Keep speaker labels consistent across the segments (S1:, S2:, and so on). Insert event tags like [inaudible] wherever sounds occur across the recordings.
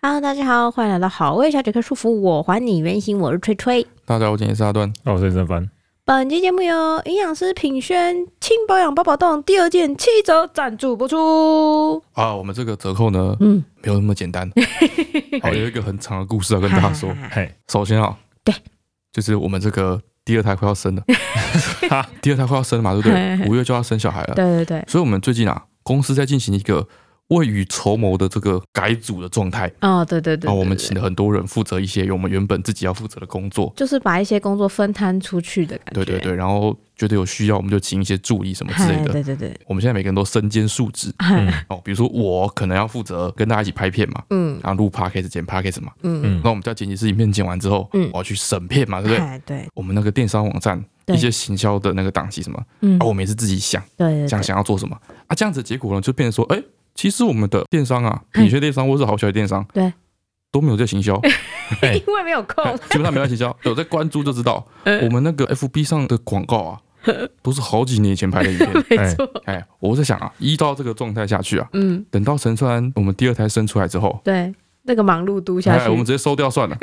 S1: Hello，大家好，欢迎来到好味小姐可舒服，我还你原形，我是吹吹。
S2: 大家好，我今天是阿段。
S3: 那我是郑凡，
S1: 本期节目由营养师品轩轻保养八宝冻第二件七折赞助播出。
S2: 啊，我们这个折扣呢，
S1: 嗯，
S2: 没有那么简
S1: [laughs]
S2: 单。好，有一个很长的故事要跟大家说。
S3: 嘿， [laughs]
S2: 首先啊，
S1: 对，
S2: 就是我们这个第二胎快要生了，第二胎快要生了嘛，对
S1: [laughs]
S2: 不对？五月就要生小孩了，
S1: 对对对，
S2: 所以我们最近啊，公司在进行一个未雨绸缪的这个改组的状态。
S1: 哦，对对对
S2: 啊，我
S1: 对
S2: 们
S1: 对
S2: 请了很多人负责一些我们原本自己要负责的工作。
S1: 就是把一些工作分摊出去的感觉。
S2: 对对对，然后觉得有需要，我们就请一些助理什么之类
S1: 嘿
S2: 的。
S1: [laughs] 对对哎对，
S2: 我们现在每个人都身兼数职
S3: 嗯
S2: 哦，比如说我可能要负责跟大家一起拍片嘛，
S1: 嗯
S2: 然后录 podcast 剪 podcast 嘛，
S1: 嗯，
S3: 嗯
S2: 那我们在剪辑师影片剪完之后，
S1: 嗯
S2: 我要去审片嘛，对哦不对？
S1: 哎对，
S2: 我们那个电商网站
S1: 对
S2: 一些行销的那个档期什么，
S1: 嗯
S2: 啊，我们也是自己想
S1: 对对
S2: 想
S1: 对，
S2: 想要做什么啊，这样子的结果呢，就变成说，哎，其实我们的电商啊，
S1: 嗯
S2: 品些电商或是好小的电商，
S1: 对，
S2: 都没有在行销，哎
S1: 因为没有嗯空，
S2: [laughs] 基本上没有在行销，有在关注就知道，我们那个 FB 上的广告啊，
S1: 嗯
S2: 都是好几年前拍的影
S1: [laughs] [laughs]
S2: 片。
S1: 没错，
S2: 哎，我在想啊，依照这个状态下去啊，
S1: 嗯，
S2: 等到陈川我们第二胎生出来之后，
S1: 对。那个忙碌度下
S2: 哎，
S1: 去，
S2: 我们直接收
S1: [laughs]
S2: 掉算了。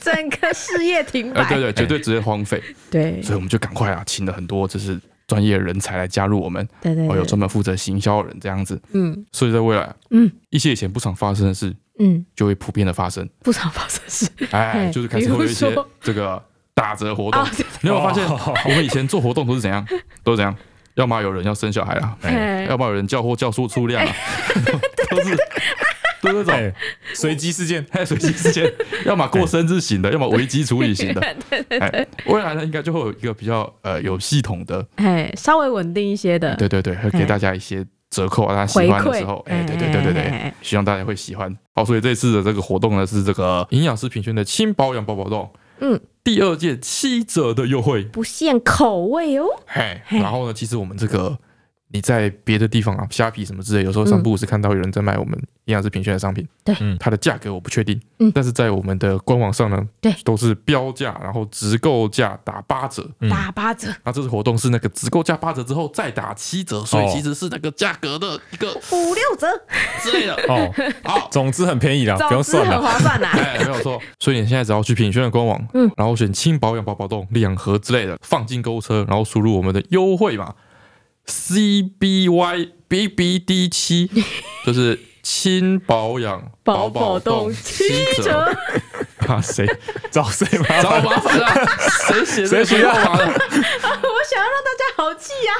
S1: 整个事业停摆。
S2: 哎，对对，绝对直接荒废，
S1: 对
S2: 所以我们就赶快啊，请了很多就是专业人才来加入我们，
S1: 对对
S2: 哦，有
S1: 对，
S2: 专门负责行销的人这样子，
S1: 嗯
S2: 所以在未来，
S1: 嗯，
S2: 一些以前不常发生的事
S1: 嗯，
S2: 就会普遍的发
S1: [laughs]
S2: 生，
S1: 不常发生事
S2: 哎，
S1: 嘿
S2: 就是开始会有一
S1: 比如
S2: 些
S1: 说
S2: 这个打折活动
S1: 啊，，对
S2: 你有没有发现
S3: 哦
S2: 我们以前做活动都是
S1: [laughs]
S2: 怎样，都是怎样，要么有人要生小孩啊，
S3: 哎
S1: 对
S2: 要么有人叫货叫出数
S1: [laughs]
S2: 量啊，都是都是这种。
S3: 哎，随机事件，
S2: 还有 [laughs] 随机事件，要么过生日型的，要么危机处理
S1: [laughs]
S2: 型的。哎，未来呢，应该就会有一个比较呃有系统的
S1: 哎，稍微稳定一些的，
S2: 对对对，会
S1: 哎
S2: 给大家一些折扣啊，大家
S1: 回
S2: 喜欢的时候
S1: 馈，，
S2: 哎，对对对
S1: 哎哎
S2: 对对，
S1: 哎
S2: 希望大家会喜欢。好，所以这次的这个活动呢，是这个营养师品轩的轻保养宝宝冻，
S1: 嗯，
S2: 第二届七折的优惠，
S1: 不限口味哦，
S2: 嘿，
S1: 嘿
S2: 然后呢，其实我们这个。你在别的地方啊，虾皮什么之类，有时候上部是看到有人在卖我们营养师品轩的商品，
S1: 嗯对
S3: 嗯
S2: 它的价格我不确定，
S1: 嗯
S2: 但是在我们的官网上呢，
S1: 对
S2: 都是标价，然后直购价打八折，
S3: 嗯
S1: 打八折，
S2: 那这次活动是那个直购价八折之后再打七折，所以
S3: 哦
S2: 其实是那个价格的一个
S1: 五六折，
S2: 之类的。
S3: 哦，
S2: 好，
S3: 总之很便宜啦，不
S1: 总
S3: 用
S1: 之
S3: 算
S1: 很
S3: 了，
S1: 划算啊啦。
S2: [laughs] [laughs] 哎，没有错。所以你现在只要去品轩的官网，
S1: 嗯，
S2: 然后选轻保养宝宝冻、两盒之类的，放进购物车，然后输入我们的优惠码 C B Y B B D 七，就是轻保养
S1: 宝宝
S2: 宝
S1: 冻
S2: 冻
S1: 七
S2: 折。
S1: 折，
S2: 怕谁？
S3: 找谁麻
S2: 找
S3: 烦？
S2: 麻烦了，啊谁写的
S3: 谁写
S2: 这
S3: 的
S2: 个号码的？
S1: [laughs] 我想要让大家好记呀，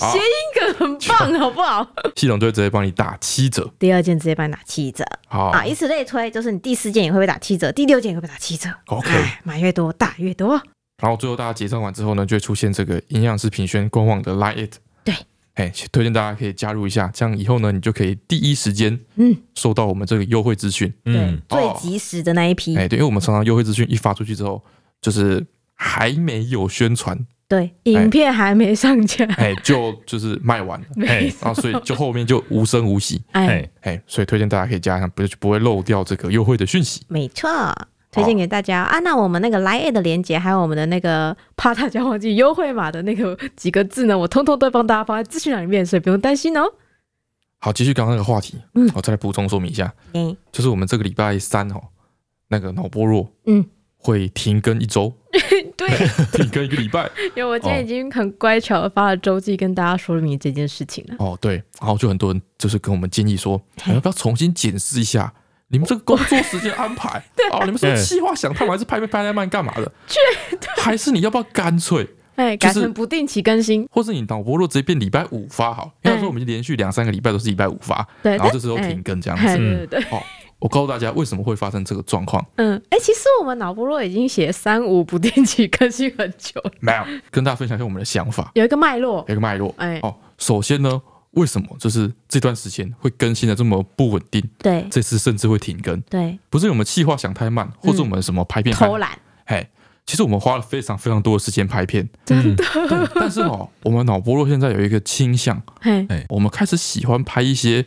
S2: 好
S1: 谐音梗很棒，好不好？
S2: 系统就会直接帮你打七折。
S1: 第二件直接帮你打七折
S2: 好
S1: 啊，以此类推，就是你第四件也会被打七折，第六件也会被打七折。
S2: ，OK。
S1: 哎，买越多打越多，
S2: 然后最后大家结账完之后呢，就会出现这个营养师品轩官网的 Line It。
S1: 对，
S2: 哎，推荐大家可以加入一下，这样以后呢，你就可以第一时间
S1: 嗯，
S2: 收到我们这个优惠资讯。
S1: 对
S3: 嗯，，
S1: 最
S2: 哦
S1: 及时的那一批，
S2: 哎，对，因为我们常常优惠资讯一发出去之后，就是还没有宣
S1: [laughs]
S2: 传，
S1: 对，影片还没上架，
S2: 哎，就就是卖完了，
S1: 没错
S2: 然后所以就后面就无声无息。
S1: 哎，
S3: 哎，
S2: 哎，所以推荐大家可以加上，不就不会漏掉这个优惠的讯息。
S1: 没错，推荐给大家、啊。那我们那个 Line 的连接，还有我们的那个 [laughs] 怕大家忘记优惠码的那个几个字呢，我通通都帮大家放在资讯栏里面，所以不用担心哦。
S2: 好，继续刚刚那个话题，
S1: 嗯
S2: 我再来补充说明一下，
S1: 嗯，
S2: 就是我们这个礼拜三哦，那个脑波弱，
S1: 嗯，
S2: 会停更
S1: [laughs]
S2: 一周，
S1: 对，
S2: 停更一个礼拜。
S1: 因为我今天
S2: 哦
S1: 已经很乖巧的发了周记，跟大家说明这件事情了。
S2: [laughs] 哦，对，然后就很多人就是跟我们建议说，
S1: 嘿
S2: 你要不要重新检视一下你们这个工作时间
S1: [laughs]
S2: 安排？哦，你们是不是
S3: 嗯
S2: 计划想太晚，还是拍拍拍太慢干嘛的？还是你要不要干脆，
S1: 哎，
S2: 就
S1: 改
S2: 是
S1: 成不定期更新，
S2: 或是你脑波弱直接变礼拜五发好？因为那时
S1: 嗯
S2: 候我们连续两三个礼拜都是礼拜五发，
S1: 对，
S2: 然后这时候停更这样
S1: 哎，
S2: 子。
S1: 对对对，
S2: 哦，我告诉大家为什么会发生这个状况，
S1: 嗯，哎，其实我们脑波弱已经写三五不定期更新很久了，
S2: 没有跟大家分享一下我们的想法，
S1: 有一个脉络，
S2: 有一个脉络。
S1: 哎，
S2: 哦，首先呢，为什么就是这段时间会更新的这么不稳定？
S1: 对
S2: 这次甚至会停更，
S1: 对，
S2: 不是我们计划想太慢，或者我们什么拍片拍
S1: 嗯偷懒，
S2: 哎，其实我们花了非常非常多的时间拍
S1: [laughs]
S2: 片，
S3: 真的，
S2: 但但是哦，我们脑波弱现在有一个倾向，哎
S1: 嘿，
S3: 哎
S2: 我们开始喜欢拍一些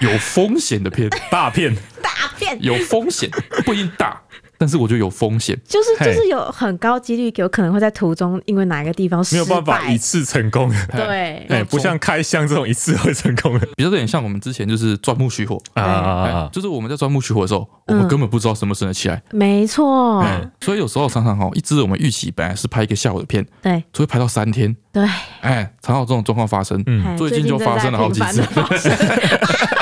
S2: 有风险的片，
S1: [laughs]
S3: 大片，
S1: 大片，
S2: 有风险不一定大，但是我觉得有风险。
S1: 就是
S3: 嘿
S1: 就是有很高几率有可能会在途中因为哪一个地方
S3: 没有
S1: 失
S3: 办法
S1: 败
S3: 一次成功的，
S1: 对
S3: 哎，不像开箱这种一次会成功的
S2: 比较有点像我们之前就是钻木取火，
S3: 啊啊
S2: 哎
S3: 啊！嗯
S2: 就是我们在钻木取火的时候，我们
S1: 嗯
S2: 根本不知道什么升得起来，
S1: 没错，
S3: 哎
S2: 所以有时候常常哦，一支我们预期本来是拍一个下午的片，
S1: 对
S2: 就会拍到三天，
S1: 对，
S2: 哎，常常有这种状况发生。
S3: 嗯
S1: 哎
S2: 最近就
S1: 正在
S2: 发生了好几
S1: 频繁地
S2: [laughs] 次
S1: 发生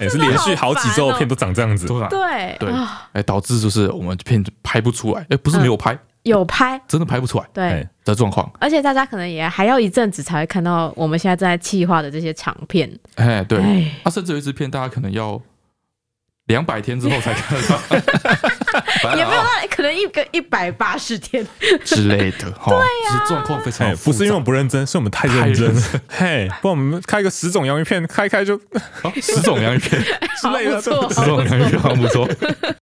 S3: 哎，是连续好几周的片都长这样子，
S2: 对吧？
S1: 对
S2: 对
S1: 啊，
S2: 哎，导致就是我们片拍不出来，哎，不是没有拍，
S1: 有拍
S2: 真的拍不出来
S1: 对
S3: 哎。
S2: 的状况。
S1: 而且大家可能也还要一阵子才会看到我们现在正在企划的这些长片。
S2: 哎，对，
S1: 哎，
S2: 啊，甚至有一支片，大家可能要两百天之后才看得到， [laughs] 反
S1: 也
S2: 正
S1: 没有
S2: 啊
S1: 到可能一个一百八十天，
S2: 之类 [laughs] 的哈，其实啊状况非常
S3: 哎，不是因为我们不认真，是我们太认真了。嘿，不然我们开个十种洋芋片，开一开就
S2: 为十种洋芋片，
S3: 之
S1: 好
S3: 类的
S1: 不错，
S2: 十
S1: 好
S2: 种
S1: 不
S2: 洋芋片
S1: 错，
S2: 好像不错。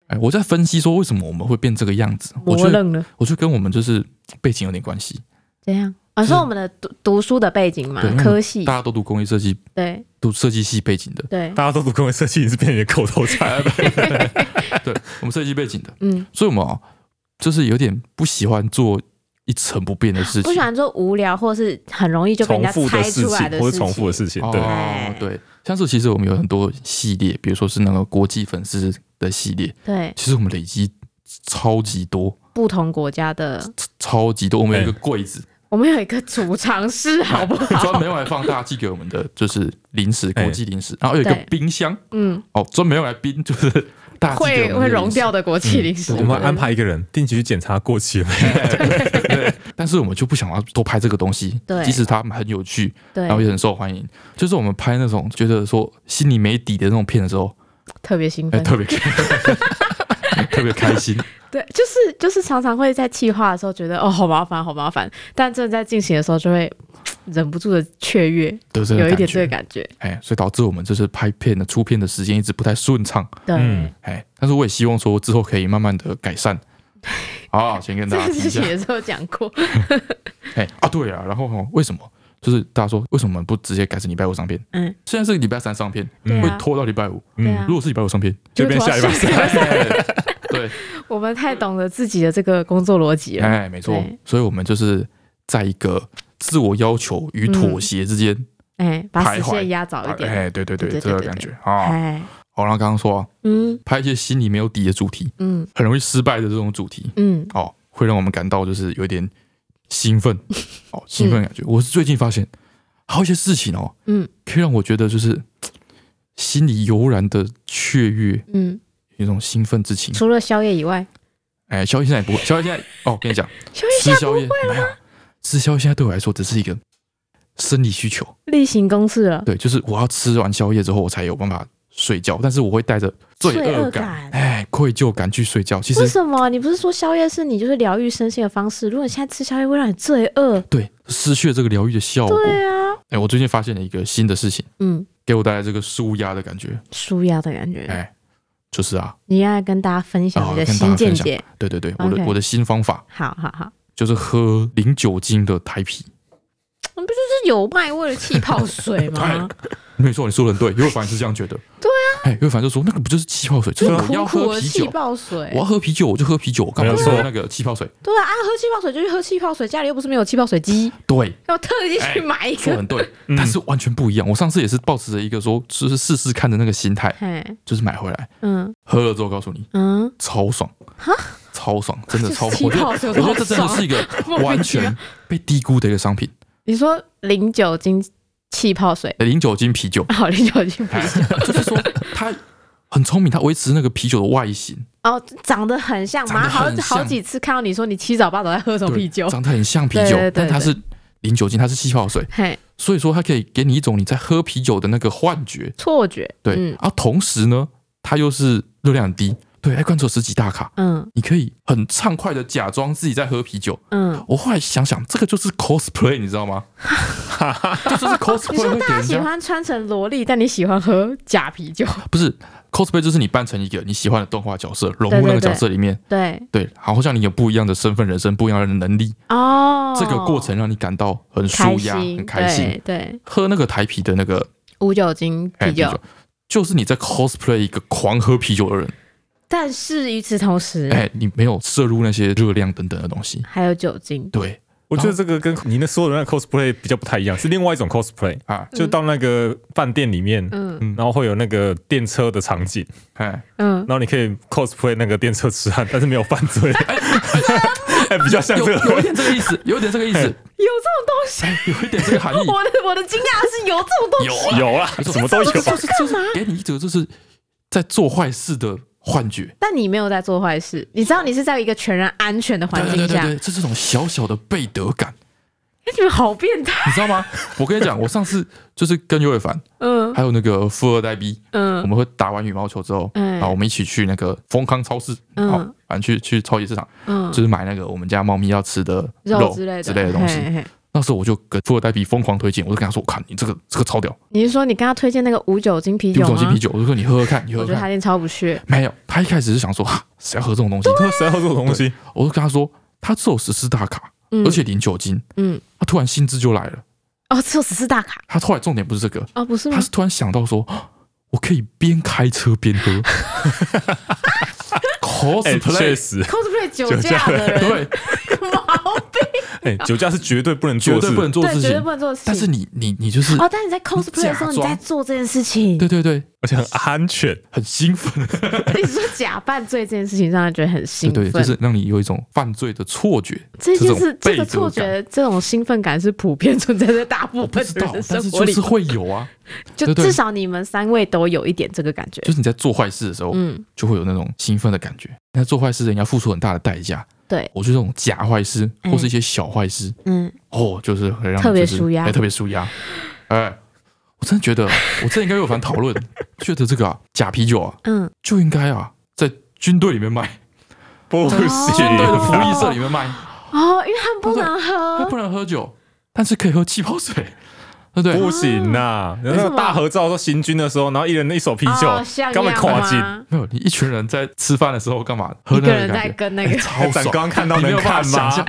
S2: 哎，我在分析说为什么我们会变这个样子，我
S1: 我
S2: 觉得
S1: 愣了，
S2: 我觉得跟我们就是背景有点关系，
S1: 怎样？啊，
S2: 就是
S1: 说我们的读读书的背景嘛
S2: 对因，为嗯
S1: 科系
S2: 大，家都读工业设计，
S1: 对
S2: 读设计系背景的，
S1: 对，
S3: 大家都读工业设计，你是变成口头禅。
S2: 对我们设计背景的，
S1: 嗯，
S2: 所以我们啊，就是有点不喜欢做一成不变的事
S1: 不
S2: 情
S1: 喜。欢做无聊或是很容易就被人家
S3: 重复
S1: 猜
S3: 的事
S1: 出来
S3: 情，或者重复的
S1: 情。
S3: 事情，对，
S2: 哦，对，像是其实我们有很多系列，比如说是那个国际粉丝的系列，
S1: 对，
S2: 其实我们累积超级多，
S1: 不同国家的，
S2: 超级多。我们有一个柜子，
S1: 我们有一个储藏
S2: [laughs]
S1: 室， [laughs] 好不
S2: 专
S1: 好？
S2: 门用来放大家寄给我们的就是零食，国际零食，然后有一个
S1: 对
S2: 冰箱，
S1: 嗯，
S2: 哦，专门用来冰，就是大家寄给
S1: 会会
S2: 我们的零食
S1: 融掉。的国
S2: 嗯
S1: 际零食，
S3: 我们安排一个人定期去检查过期了没。
S2: 但是我们就不想要多拍这个东西，
S1: 对
S2: 即使它很有趣，
S1: 对
S2: 然，后也很受欢迎。就是我们拍那种觉得说心里没底的那种片的时候，
S1: 特别兴
S2: 哎，
S1: 奋。
S2: 特别 [laughs] 特别开
S1: [laughs]
S2: 心。
S1: 对，就是就是常常会在企划的时候觉得哦好麻烦好麻烦，但真的在进行的时候就会忍不住的雀跃，
S2: 对，这个
S1: 有一
S2: 感
S1: 点
S2: 觉
S1: 这个感觉。
S2: 哎，所以导致我们就是拍片的出片的时间一直不太顺畅，
S1: 对，
S3: 嗯
S2: 哎，但是我也希望说之后可以慢慢的
S1: [laughs]
S2: 改善。好，先跟
S1: 这
S2: 大家
S1: 个
S2: 提一
S1: 事
S2: 下
S1: 情，也是有讲过。
S2: 哎啊，对啊，然后哦为什么就是大家说为什么我们不直接改成礼拜五上片？
S1: 嗯，
S2: 现在是礼拜三上片，
S1: 对
S2: 会
S1: 啊，
S2: 拖到礼拜五。嗯
S1: 对啊
S2: 如，果是礼拜五上片，
S1: [laughs]
S3: 就变下一班
S1: 就是
S3: 赛。
S2: 对，
S1: [laughs] 我们太懂得自己的这个工作逻辑了。
S2: 哎，没错
S1: 对，
S2: 所以我们就是在一个自我要求与妥协之间，
S1: 哎，把
S2: 徘
S1: 死
S2: 徊
S1: 线压早一点。
S2: 哎，对对
S1: 对对
S2: 对，这个
S1: 对
S2: 感觉
S1: 对
S2: 啊。
S1: 哎，
S2: 好，然后刚刚说啊
S1: 嗯
S2: 拍一些心里没有底的主题，
S1: 嗯
S2: 很容易失败的这种主题，
S1: 嗯，
S2: 哦，会让我们感到就是有点
S1: [laughs]
S2: 兴奋，哦，兴奋的感觉。我是最近发现，还有一些事情哦，
S1: 嗯，
S2: 可以让我觉得就是嘖心里油然的雀跃，
S1: 嗯，
S2: 有一种兴奋之情。
S1: 除了宵夜以外，
S2: 哎，宵夜现在
S1: [laughs]
S2: 也不会，宵夜现在哦，我跟你讲，
S1: 宵夜
S2: 吃宵夜没有，吃宵夜现在对我来说只是一个生理需求，
S1: 例行公事了。
S2: 对，就是我要吃完宵夜之后我才有办法睡觉，但是我会带着罪
S1: 罪恶
S2: 恶
S1: 感
S2: 哎，愧疚感去睡觉。其
S1: 为
S2: 实
S1: 什么？你不是说宵夜是你就是疗愈身心的方式？如果你现在吃宵夜会让你罪恶，
S2: 对，失去了这个疗愈的效果。
S1: 对啊，
S2: 哎，我最近发现了一个新的事情。
S1: 嗯，啊
S2: 给我带来这个舒压的感觉。
S1: 舒压的感觉。
S2: 哎，就是啊，
S1: 你要跟大家分享
S2: 哦
S1: 你的
S2: 跟大
S1: 新
S2: 家
S1: 见
S2: 分享
S1: 解。
S2: 对对对，我的
S1: OK
S2: 我的新方法
S1: 好好
S2: [laughs]
S1: 好，
S2: 就是喝零酒精的台啤。
S1: 是有卖味的气泡水
S2: 哎？没错，你说的很对，尤凡是这样
S1: [laughs]
S2: 觉得。对啊，哎，尤凡就说那个不就是气泡水，就是我啊要
S1: 苦苦
S2: 喝
S1: 的
S2: 啤
S1: 气
S2: 酒。
S1: 泡水
S2: 我，要喝啤酒，我就喝啤酒，我干嘛
S3: 没有
S2: 喝
S3: 错
S2: 那个气泡水？
S1: 对啊，啊，喝气泡水就去喝气泡水，家里又不是没有气泡水
S2: [laughs]
S1: 机，
S2: 对，
S1: 要特地去
S2: 哎
S1: 买一
S2: 说得
S1: 个。
S2: 很对，
S3: 嗯
S2: [laughs] 但是完全不一样。我上次也是抱持着一个说，就是试试看的那个心态，
S1: 嘿，
S2: 就是买回来
S1: 嗯
S2: 喝了之后，告诉你
S1: 嗯，
S2: 超爽，超爽，真的
S1: 就是
S2: 超。
S1: 气
S2: 我觉得，
S1: 泡
S2: 我 [laughs]
S1: 水
S2: 觉得
S1: 好
S2: 这真的
S1: 爽
S2: 是一个
S1: [laughs] 莫名
S2: 完
S1: 其妙
S2: 全被低估的一个商
S1: [laughs]
S2: 品。
S1: 你说零酒精气泡水，
S2: 零酒精啤酒，哎
S1: 好，零酒精啤酒，
S2: [laughs] 就是说它很聪明，它维持那个啤酒的外形，
S1: 哦，长得很像，
S2: 长得
S1: 妈好
S2: 很
S1: 好
S2: 像
S1: 几次看到你说你七早八早在喝什么
S2: 对
S1: 啤酒，
S2: 长得很像啤
S1: 对
S2: 酒
S1: 对，对
S2: 但它
S1: 对
S2: 是零酒精，它是气泡水，
S1: 嘿，
S2: 所以说它可以给你一种你在喝啤酒的那个幻觉，
S1: 错觉，
S2: 对，然
S1: 嗯
S2: 后同时呢，它又是热量很低，对，一罐只有十几大卡，
S1: 嗯
S2: 你可以很畅快的假装自己在喝啤酒。
S1: 嗯，
S2: 我后来想想，这个就是 cosplay，你知
S1: [laughs]
S2: 道吗？这就是 cosplay
S1: 你说
S2: 会给
S1: 大家
S2: 人
S1: 喜
S2: 家
S1: 欢穿成萝莉，但你喜欢喝假啤
S2: [laughs]
S1: 酒，
S2: 不是 cosplay，就是你扮成一个你喜欢的动画角色，融入
S1: 对
S2: 那个
S1: 对对
S2: 角色里面，
S1: 对，
S2: 对，好像你有不一样的身份、人生、不一样的能力，
S1: 哦，
S2: 这个过程让你感到很舒
S1: 开
S2: 压、
S1: 心，
S2: 很开心。
S1: 对对，
S2: 喝那个台啤的那个
S1: 无酒精
S2: 哎
S1: 啤酒，
S2: 就是你在 cosplay 一个狂喝啤酒的人，
S1: 但是与此同时，
S2: 哎，你没有摄入那些热量等等的东西。
S1: 还有酒精，
S2: 对
S3: 我觉得这个跟你那说的那个 cosplay 比较不太一样，是另外一种 cosplay，
S2: 啊，
S3: 就到那个饭店里面，
S1: 嗯
S3: 然后会有那个电车的场景，
S2: 哎，
S1: 嗯
S3: 然，后你可以 cosplay 那个电车痴汉，但是没有犯罪，哎，比较像这
S2: 有有一
S3: 个。
S2: 点这个意思， [laughs] 有一点这个意思，
S1: 有这种东西，
S2: 有一点这个含义。
S1: [laughs] 我的我的惊讶是有这种东西，
S2: 有
S3: 有啦，什么都有啊
S2: 就
S1: [laughs]
S3: 吧。
S2: 是就是给你一种就是在做坏事的幻觉。
S1: 但你没有在做坏事，你知道你是在一个全然安全的环
S2: 对
S1: 境
S2: 对对
S1: 下，
S2: 对，这是种小小的背德感，
S1: 哎你们好变态，
S2: 你知道吗？我跟你讲，我上次就是跟尤伟凡
S1: 嗯
S2: 还有那个富二代 B，我
S1: 嗯
S2: 们会打完羽毛球之后，
S1: 嗯
S2: 然后我们一起去那个丰康超市，
S1: 嗯
S2: 好，反正去去超级市场，
S1: 嗯，
S2: 就是买那个我们家猫咪要吃的
S1: 肉
S2: 肉
S1: 之类的
S2: 之类的东西。
S1: 嘿嘿
S2: 那时候我就跟富二代 B 疯狂推荐，我就跟他说：“我看你这个这个超屌，
S1: 你是说你刚刚推荐那个无酒精啤
S2: 啤
S1: 酒
S2: 酒
S1: 吗？
S2: 鸡啤酒，我就说你喝喝看，你喝
S1: 我觉得
S2: 喝
S1: 他
S2: 看。
S1: 一定超不屑”。
S2: 没有，他一开始是想说哈，谁要喝这种东西？
S3: 谁要做东西？
S2: 我就跟他说，他只有十四大卡，
S1: 啊嗯
S2: 而且零酒精。
S1: 嗯，
S2: 他突然心智就来了，
S1: 哦，只有十四大卡
S2: 他后来重点不是这个，
S1: 哦，不是吗 [laughs]
S2: 他？是突然想到说， [gasps] 啊我可以边开车边
S1: [laughs]
S2: 喝
S3: [laughs] 哎，确
S2: ，cosplay，
S3: 实，
S1: cosplay 酒驾的人，
S2: 对，
S1: 毛病，
S3: 哎，酒驾是绝对不能
S2: 绝 [laughs]
S3: 做的
S2: 对
S3: 事
S2: 不。能做
S1: 对，
S2: 事
S1: 绝对
S2: 情
S1: 不。能做的事情。
S2: 但是你你你就是，
S1: 哦，但你在 cosplay 的时候，
S2: 假装
S1: 你在做这件事情，
S2: 对对对，
S3: 而且很安全。
S2: 很兴
S1: [laughs]
S2: 奋，
S1: 你说假扮醉这件事情，让人觉得很兴
S2: 对
S1: 奋。
S2: 对，就是让你有一种犯罪的错觉。
S1: 这件
S2: 这
S1: 事
S2: 种，
S1: 这
S2: 背
S1: 个
S2: 德
S1: 错
S2: 感
S1: 觉，这种兴奋感是普遍存在在大部
S2: 我不
S1: 分
S2: 知
S1: 人
S2: 道
S1: 的，生
S2: 但是
S1: 活
S2: 就
S1: 里
S2: 是，会有啊，
S1: 就
S2: 对对
S1: 至少你们三位都有一点这个感觉
S2: 就。是你在做坏事的时候，
S1: 嗯，
S2: 就会有那种兴奋的感觉。但做坏事的人要付出很大的代价。
S1: 对，
S2: 我觉得这种假坏事
S1: 哎
S2: 或是一些小坏事，
S1: 嗯，
S2: 哦，就是会让
S1: 特别
S2: 就是
S1: 舒压
S2: 哎特别舒压。哎，我真的觉得，我真的应该有反讨论，觉得这个啊，假啤酒啊，
S1: 嗯，
S2: 就应该啊，在军队里面卖，
S3: 不啊
S1: 行
S2: 军队的啊福利
S1: 哦
S2: 社里面卖，
S1: 哦，因为他们不能
S2: 他
S1: 喝，
S2: 不能喝酒，但是可以喝气泡水，对不对？
S3: 不行呐！那个大合照说行军的时候，然后一人一手啤酒
S1: 哦，像
S3: 刚被
S1: 样
S3: 跨进，
S1: 吗
S2: 没有，你一群人在吃饭的时候干嘛喝
S1: 一
S2: 那
S1: 个
S2: 个
S1: 人在
S2: 感觉？哎
S1: 跟那个。 [laughs]
S2: 超
S3: 展
S2: 爽，
S3: 刚看到
S2: 你没
S3: 能
S2: 有办法
S3: 看
S2: 想
S3: 吗？
S2: 象，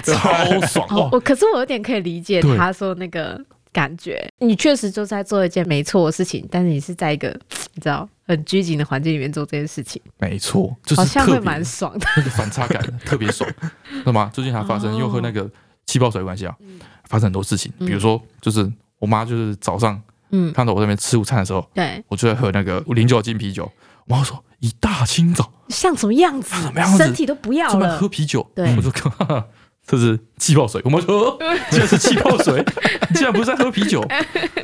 S2: 超爽
S1: 哦，
S2: 哦！
S1: 我可是我有点可以理解
S2: 对
S1: 他说那个感觉，你确实就在做一件没错的事情，但是你是在一个嗯你知道很拘谨的环境里面做这件事情，
S2: [laughs] 没错，就是
S1: 好像
S2: 特
S1: 会
S2: 别
S1: 蛮爽的。
S2: 那个反差感特别
S1: [laughs]
S2: 爽，那么最近还发生，
S1: 哦
S2: 因为和那个气泡水有关系啊，发生很多事情，
S1: 嗯
S2: 比如说就是我妈就是早上
S1: 嗯，
S2: 看到我在那边吃午餐的时候，
S1: 对，
S2: 我就在喝那个零酒精啤酒，我妈说一大清早
S1: 像什么样子，
S2: 啊什么样子
S1: 身体都不要
S2: 这么
S1: 了
S2: 喝。啤酒，
S1: 对
S2: 我就看。哈哈这是气泡水，我
S1: [laughs]
S2: 们说哦竟然是气泡水，竟然不是在喝啤酒，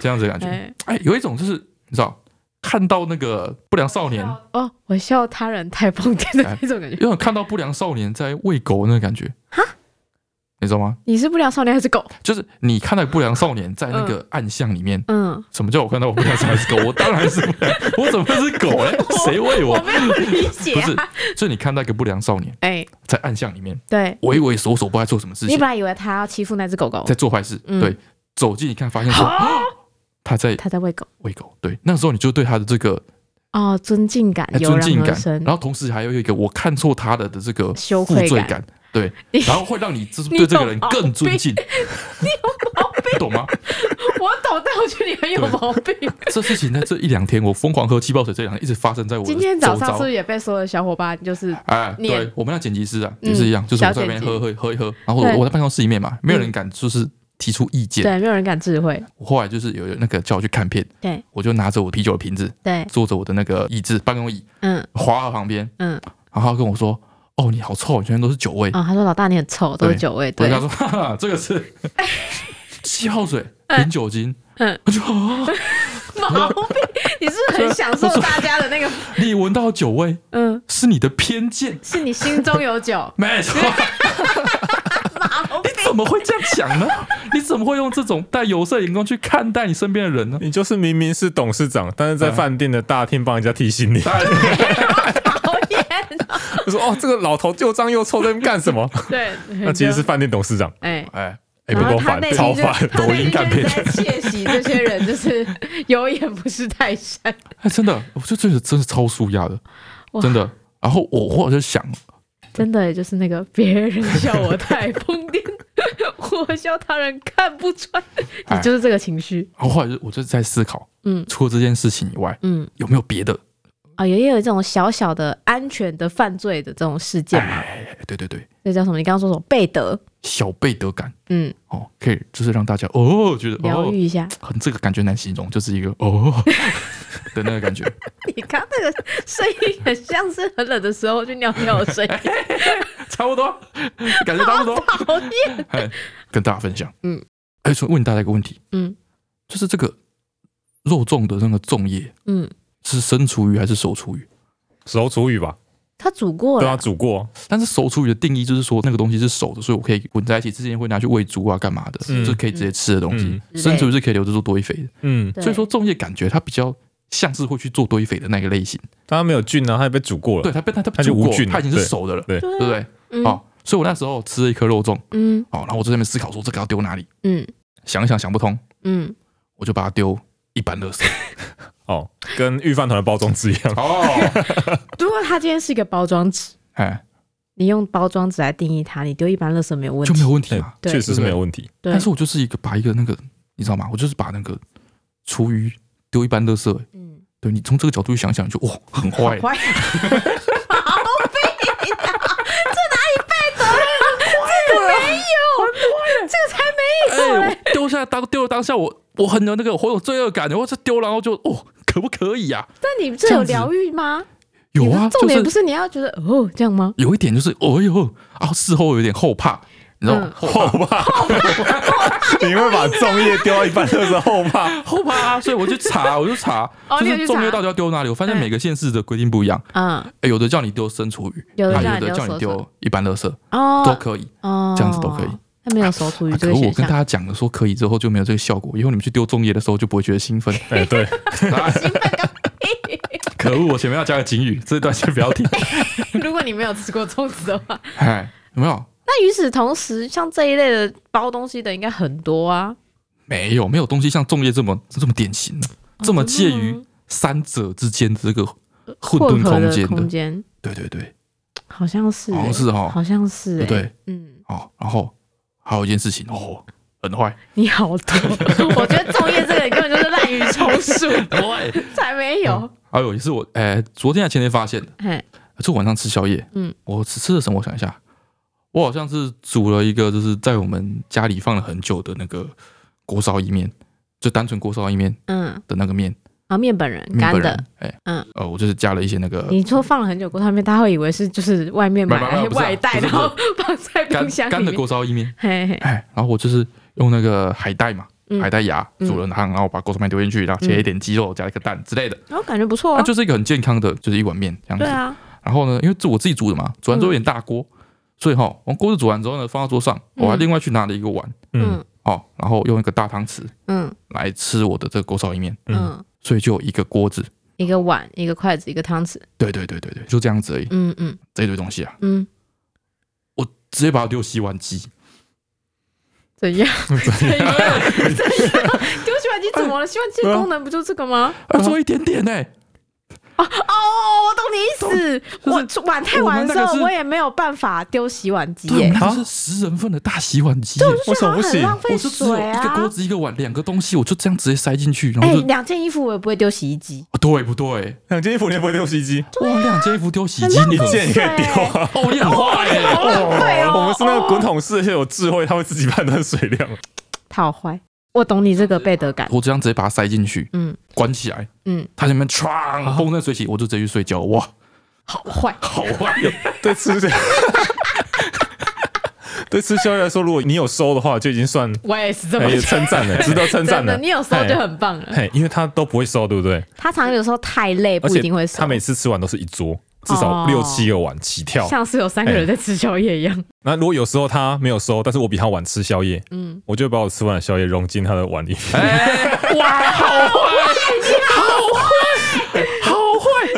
S2: 这样子的感觉。
S1: 哎，
S2: 哎，有一种就是你知道，看到那个不良少年，
S1: 哦，我笑他人太疯癫的那种
S2: [laughs]
S1: 感觉。
S2: 有种看到不良少年在喂狗那个感觉，哈，你知道吗？
S1: 你是不良少年还是狗？
S2: 就是你看到不良少年在那个暗巷里面，
S1: 嗯，
S2: 什么叫我看到我不良少年是狗？我当然是，我怎么会是狗嘞？谁喂
S1: [laughs]
S2: 我
S1: 我？没有理解
S2: [laughs] 不
S1: 啊。
S2: 是，就是你看到一个不良少年
S1: 哎，
S2: 在暗巷里面
S1: 对，
S2: 畏畏缩缩，不知道在做什么事
S1: 你
S2: 情
S1: 本，来以为他要欺负那只狗狗，
S2: 在做坏事。
S1: 嗯
S2: 对，走近一看，发现
S1: [gasps]
S2: 说啊他在
S1: 他在喂狗。
S2: 喂狗。对，那时候你就对他的这个
S1: 哦，尊敬感油
S2: 哎尊
S1: 然
S2: 敬
S1: 而
S2: 感，
S1: 生
S2: 然，后同时还有一个我看错他的的这个
S1: 羞
S2: 负
S1: 愧
S2: 罪
S1: 感
S2: 感。对
S1: 你，
S2: 然后会让你就是
S1: [laughs] 你
S2: 对这个
S1: 有
S2: 人
S1: 毛
S2: 更尊
S1: 病 [laughs]
S2: 敬，你 [laughs] 懂吗？
S1: 我懂，但我觉得你很有
S2: 对
S1: 毛病。
S2: 这事情在这一两天，我疯狂喝气泡水，这两天一直发生在我
S1: [laughs]
S2: 的
S1: 今天早
S2: 周
S1: 上
S2: 遭
S1: 是不是也被所有的小伙伴就是
S2: 哎，
S1: 念
S2: 对，我们那剪辑师啊，
S1: 嗯
S2: 也是一样，就是我在那边
S1: 小剪
S2: 喝喝喝一喝，然后
S1: 对
S2: 我我在办公室里面嘛，没有人敢就是提出意见。
S1: 对，没有人敢智慧，
S2: 我后来就是有有那个叫我去看片，
S1: 对
S2: 我就拿着我啤酒的瓶子，
S1: 对，
S2: 坐着我的那个椅子办公椅，
S1: 嗯
S2: 滑到旁边，
S1: 嗯，
S2: 然后他跟我说：“哦，你好臭，你全都是酒味。
S1: 哦，他说老大你很臭，都是
S2: 对
S1: 酒味，
S2: 我就
S1: 对
S2: 跟他，说：“哈哈，这个是气泡水，零酒精。”
S1: 嗯
S2: 我就啊，
S1: [laughs] 毛病，你是不是很享受大家的那
S3: [laughs]
S1: 个，
S2: 你闻到酒味
S1: 嗯，
S2: 是你的偏见，，
S1: 是你心中有
S3: [laughs]
S1: 酒
S2: 没错。
S1: 毛病，
S2: 怎么会这样想呢？你怎么会用这种带有色眼光去看待你身边的人呢？
S3: [laughs] 你就是明明是董事长，但是在
S2: 嗯
S3: 饭店的大厅帮人家提醒 [laughs] 你，
S1: 讨厌，
S3: 就说哦，这个老头又脏又臭，在那边干什么？
S1: [laughs] 对，
S3: 那其实是饭店董事长，
S1: 哎。
S2: 哎，
S3: 哎，
S1: 然
S3: 不
S1: 后
S3: 够
S1: 他
S3: 烦
S1: 内，心
S3: 超
S1: 就，
S3: 烦，
S1: 他内心
S2: 干
S1: 就是
S2: 片
S1: 在窃喜这些人，就是 [laughs] 有眼不识泰山。
S2: 哎，真的，我就觉得真是超舒压的，
S1: 哇
S2: 真的。然后我我就想，
S1: 真的，欸就是那个别人笑我太疯癫， [laughs] 我笑他人看不穿， [laughs]
S2: 哎
S1: 你就是这个情绪。
S2: 然后后来就我就在思考，
S1: 嗯
S2: 除了这件事情以外，
S1: 嗯
S2: 有没有别的？
S1: 啊，也有这种小小的安全的犯罪的这种事件嘛？
S2: 哎，对对对，
S1: 这叫什么？你刚刚说什么？贝德，
S2: 小贝德感
S1: 嗯，
S2: 哦，可以就是让大家哦觉得
S1: 疗
S2: 哦
S1: 愈一下。
S2: 很这个感觉难形容，就是一个哦的那个感觉。
S1: [laughs] 你刚那个声音很像是很冷的时候去尿尿的声音，
S2: [laughs] 差不多，感觉差不多。
S1: [laughs] 讨厌。
S2: 哎，跟大家分享。
S1: 嗯，
S2: 哎，所以问大家一个问题，
S1: 嗯
S2: 就是这个肉粽的那个粽叶
S1: 嗯，
S2: 是生厨余还是熟厨余？
S3: [laughs] 熟煮鱼吧，
S1: 他煮过
S3: 对
S1: 了
S3: 啊，，煮过，
S2: 但是熟厨余的定义就是说那个东西是熟的，所以我可以混在一起，之前会拿去喂猪啊干嘛的，
S3: 嗯
S2: 就是可以直接吃的东西。
S1: 嗯
S2: 生厨余是可以留着做堆肥的，
S3: 嗯，
S1: 对
S2: 所以说粽叶感觉它比较。像是会去做堆肥的那个类型，
S3: 但它没有菌啊，它也被煮过了，
S2: 对它被它它
S3: 它就
S2: 煮过
S3: 无菌了
S2: 它已经是
S3: 对
S2: 熟的了，
S3: 对
S2: 对不对？
S1: 嗯
S2: 哦，所以我那时候吃了一颗肉粽，
S1: 嗯
S2: 哦，然后我就在那边思考说这个要丢哪里，
S1: 嗯
S2: 想一想想不通，
S1: 嗯，
S2: 我就把它丢一般垃圾。
S3: 哦，跟御饭团的包装纸一样，
S2: 哦，
S1: 如果他今天是一个包装纸，
S2: 哎，
S1: 你用包装纸来定义它，你丢一般垃圾没有问
S2: 就没
S1: 题
S2: 有。问题
S3: 对 [laughs]
S2: 嘛。
S1: [laughs] 对
S3: 确实是没有问题，
S1: 对
S2: 但，是我就是一个把一个那个，你知道吗？我就是把那个厨余丢一般垃圾、欸。
S1: 嗯，
S2: 对你从这个角度去想想，你就哇，很坏、
S1: 坏，
S2: [laughs] 哎、
S1: [laughs]
S2: 我丢下当丢了当下，我我很有那个，我有罪恶感的。我这丢了，然后就哦，可不可以啊？
S1: 但你这有疗愈吗？
S2: 有啊，
S1: 你重点
S2: 就
S1: 不
S2: 是
S1: 是你要觉得哦这样吗？
S2: 有一点就是，哦呦啊，事后有点后怕，你知道吗？
S1: 嗯
S2: 后怕
S1: [laughs]
S3: 你会把粽叶丢到一半的时候怕，
S2: 后怕啊，所以我去
S1: [laughs]
S2: 查，我就查，
S1: 哦
S2: 就
S1: 你有
S2: 是
S1: 去
S2: 重
S1: 查
S2: 要到底要丢哪里？我发现
S1: 嗯
S2: 每个县市的规定不一样，
S1: 嗯，
S2: 哎有的叫你丢生厨余，
S1: 有的
S2: 啊
S1: 叫你
S2: 有的
S1: 丢
S2: 叫你
S1: 熟
S2: 丢一般垃圾，都
S1: 哦
S2: 可以。
S1: 哦，
S2: 这样子都可以。
S1: 他没有手处于
S2: 啊
S1: 这
S2: 可
S1: 个
S2: 我
S1: 选
S2: 跟大
S1: 项，
S2: 家讲了说可以之后就没有这个效果，以后你们去丢粽叶的时候就不会觉得兴奋。
S1: [laughs]
S2: [laughs]
S3: 哎，对，
S2: 啊可恶，我前面要加个警
S1: [laughs]
S2: 语，这段先不要听。
S1: 如果你没有吃过粽子的话，
S2: 哎，有没有？
S1: 那与此同时，像这一类的包东西的应该很多啊。
S2: 没有，没有东西像粽叶这么这么典型的，
S1: 哦
S2: 这么介于三者之间的这个混沌
S1: 混合
S2: 空
S1: 的
S2: 间
S1: 空
S2: 的。
S1: 间，
S2: 对对对，
S1: 好像是、
S2: 好
S1: 欸，
S2: 像是哦
S1: 好像是、欸，
S2: 对对，
S1: 嗯，
S2: 哦，然后还有一件事情哦，很坏，
S1: 你好多， [laughs] 我觉得粽叶这个根本就是滥竽充数，
S2: [laughs] 对。嗯
S1: 才没有，
S2: 还有也是我哎，昨天还前天发现的，
S1: 嘿，
S2: 就晚上吃宵夜，
S1: 嗯，
S2: 我吃吃了什么？我想一下，我好像是煮了一个，就是在我们家里放了很久的那个锅烧意面，就单纯锅烧意面
S1: 嗯，
S2: 的那个面，
S1: 啊，面本人
S2: 面
S1: 干
S2: 本
S1: 的
S2: 人，，哎，
S1: 嗯，
S2: 呃，我就是加了一些那个
S1: 你说放了很久锅烧面，他会以为是就是外面买
S2: 没没没
S1: 来
S2: 不是啊
S1: 外带，
S2: 不是
S1: 然后放在
S2: 干
S1: 冰箱
S2: 干
S1: 里
S2: 的
S1: 面，
S2: 锅烧意面，
S1: [laughs] 嘿嘿，
S2: 哎，然后我就是用那个海带嘛，
S1: 嗯
S2: 海带芽煮了汤，然后把锅烧面丢进去，然后切一点鸡肉，加一个蛋之类的，
S1: 然后感觉不错
S2: 它
S1: 啊，
S2: 就是一个很健康的，就是一碗面这样
S1: 对
S2: 子。
S1: 啊，嗯
S2: 然后呢，因为这我自己煮的嘛，煮完之后有点大锅，所以哈，我锅子煮完之后呢，放到桌上，我还
S1: 嗯
S2: 另外去拿了一个碗。
S3: 嗯，
S1: 嗯
S2: 哦，然后用一个大汤匙
S1: 嗯
S2: 来吃我的这个锅烧意面，
S1: 嗯，
S2: 所以就有一个锅子。
S1: 一个碗，一个筷子，一个汤匙，
S2: 对对对对对，就这样子而已。
S1: 嗯嗯
S2: 这一堆东西啊，
S1: 嗯，
S2: 我直接把它丢洗碗机。
S1: 怎
S2: [laughs]
S1: 样？怎样？ [laughs] 怎样？啊 [laughs] 丢洗碗机怎
S2: 哎
S1: 么了？洗碗机的功能不就这个吗？
S2: 啊，做一点点呢、
S1: 哦，我懂你意思。我晚太晚的时
S2: 我们那个
S1: 候，
S2: 是
S1: 我也没有办法丢洗碗机
S2: 对，我
S1: 耶
S2: 们，那
S3: 啊
S2: 个是十人份的大洗碗机、
S3: 为什么不
S1: 很
S3: 行？
S1: 浪费
S2: 我就只有
S1: 水
S2: 一个锅
S1: 啊。
S2: 子、一个碗、两个东西，我就这样直接塞进去，然
S1: 哎
S2: 后就、，
S1: 两件衣服我也不会丢洗衣机，
S2: 哦对不对？
S3: 两件衣服你也不会丢洗衣机，
S2: 哇，两件衣服丢洗衣机，
S1: 很
S2: 你
S3: 一
S2: 怎么
S3: 件你可以丢啊。
S2: 哦，你很坏耶、
S1: 好浪费哦。
S3: 我们是那个滚筒式，而且有智慧，它会自己判断水
S1: [laughs]
S3: 量。
S1: 他好坏，我懂你这个背德感。
S2: 我这样直接把它塞进去，
S1: 嗯
S2: 关起来，
S1: 嗯，
S2: 它里面唰风生水起，我就直接去睡觉。哇，
S1: 好坏，
S2: 好坏哟、
S3: 对吃 [laughs] 宵，对吃宵夜来说，如果你有收的话，就已经算
S1: 我也是这么
S3: 哎
S1: 想。
S3: 称
S1: [laughs]
S3: 赞了，值得称赞啊哎
S1: 真的，你有时候就很棒了。
S3: 嘿，因为他都不会收，对不对？
S1: 他常有时候太累，
S3: 而
S1: 不
S3: 且
S1: 一定会瘦
S3: 他。每次吃完都是一桌，至
S1: 哦
S3: 少六七个碗起跳。
S1: 像是有三个人在吃宵夜一样。
S3: 那如果有时候他没有收，但是我比他晚吃宵夜，
S1: 嗯，
S3: 我就会把我吃完的宵夜融进他的碗里。
S2: 哎，哇，好坏，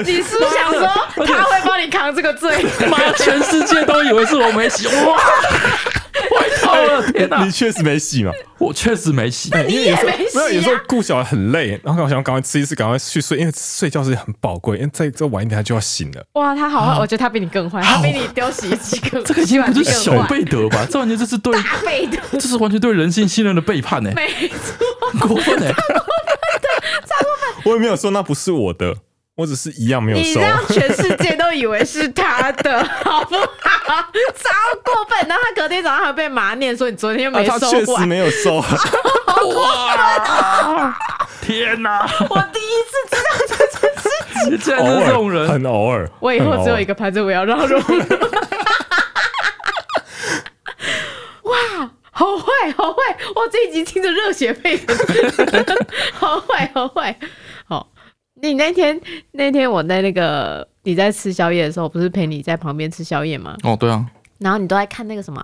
S1: 你是不是想说他会帮你扛这个罪？
S2: 妈，全世界都以为是我没洗，哇，坏透了，天哪
S3: [laughs] 你！确实没洗嘛？
S2: 我确实没洗，
S3: 因为有时候
S1: 你也没洗啊
S3: 没有，有时候顾小孩很累，然后我想赶快吃一次，赶快去睡，因为睡觉是很宝贵，因为再再晚一点他就要醒了。
S1: 哇，他好坏，我觉得他比你更坏，他比你丢洗衣机更
S2: 这个已经不是
S1: 洗碗
S2: 小
S1: 机
S2: 贝
S1: [laughs]
S2: 德吧？这完全就是对，
S1: 更坏背的，
S2: 这是完全对人性信任的背叛呢、
S1: 没错， [laughs]
S2: 很过分哎、
S3: 我也没有说那不是我的，我只是一样没有
S1: 你
S3: 收。
S1: 让全世界都以为是他的， [laughs] 好不好？超过分！然后他隔天早上还被骂念说你昨天
S3: 啊，
S1: 没
S3: 他
S1: 收
S3: 确实
S1: 完。
S3: 没有
S1: [laughs]
S3: 收，
S2: 哇！天哪、
S1: 我第一次知道，
S2: [laughs] 你竟然
S3: 偶
S2: 是这种
S3: 尔
S2: 人！
S3: 很偶尔。
S1: 我以后只有一
S3: 个，
S1: 个牌子，我要让路。 [laughs] 哇，好坏，好坏！我这一集听着热血沸腾，好坏，好坏，好。你那天那天我在那个你在吃宵夜的时候，不是陪你在旁边吃宵夜吗？
S2: 哦，对啊，
S1: 然后你都在看那个什么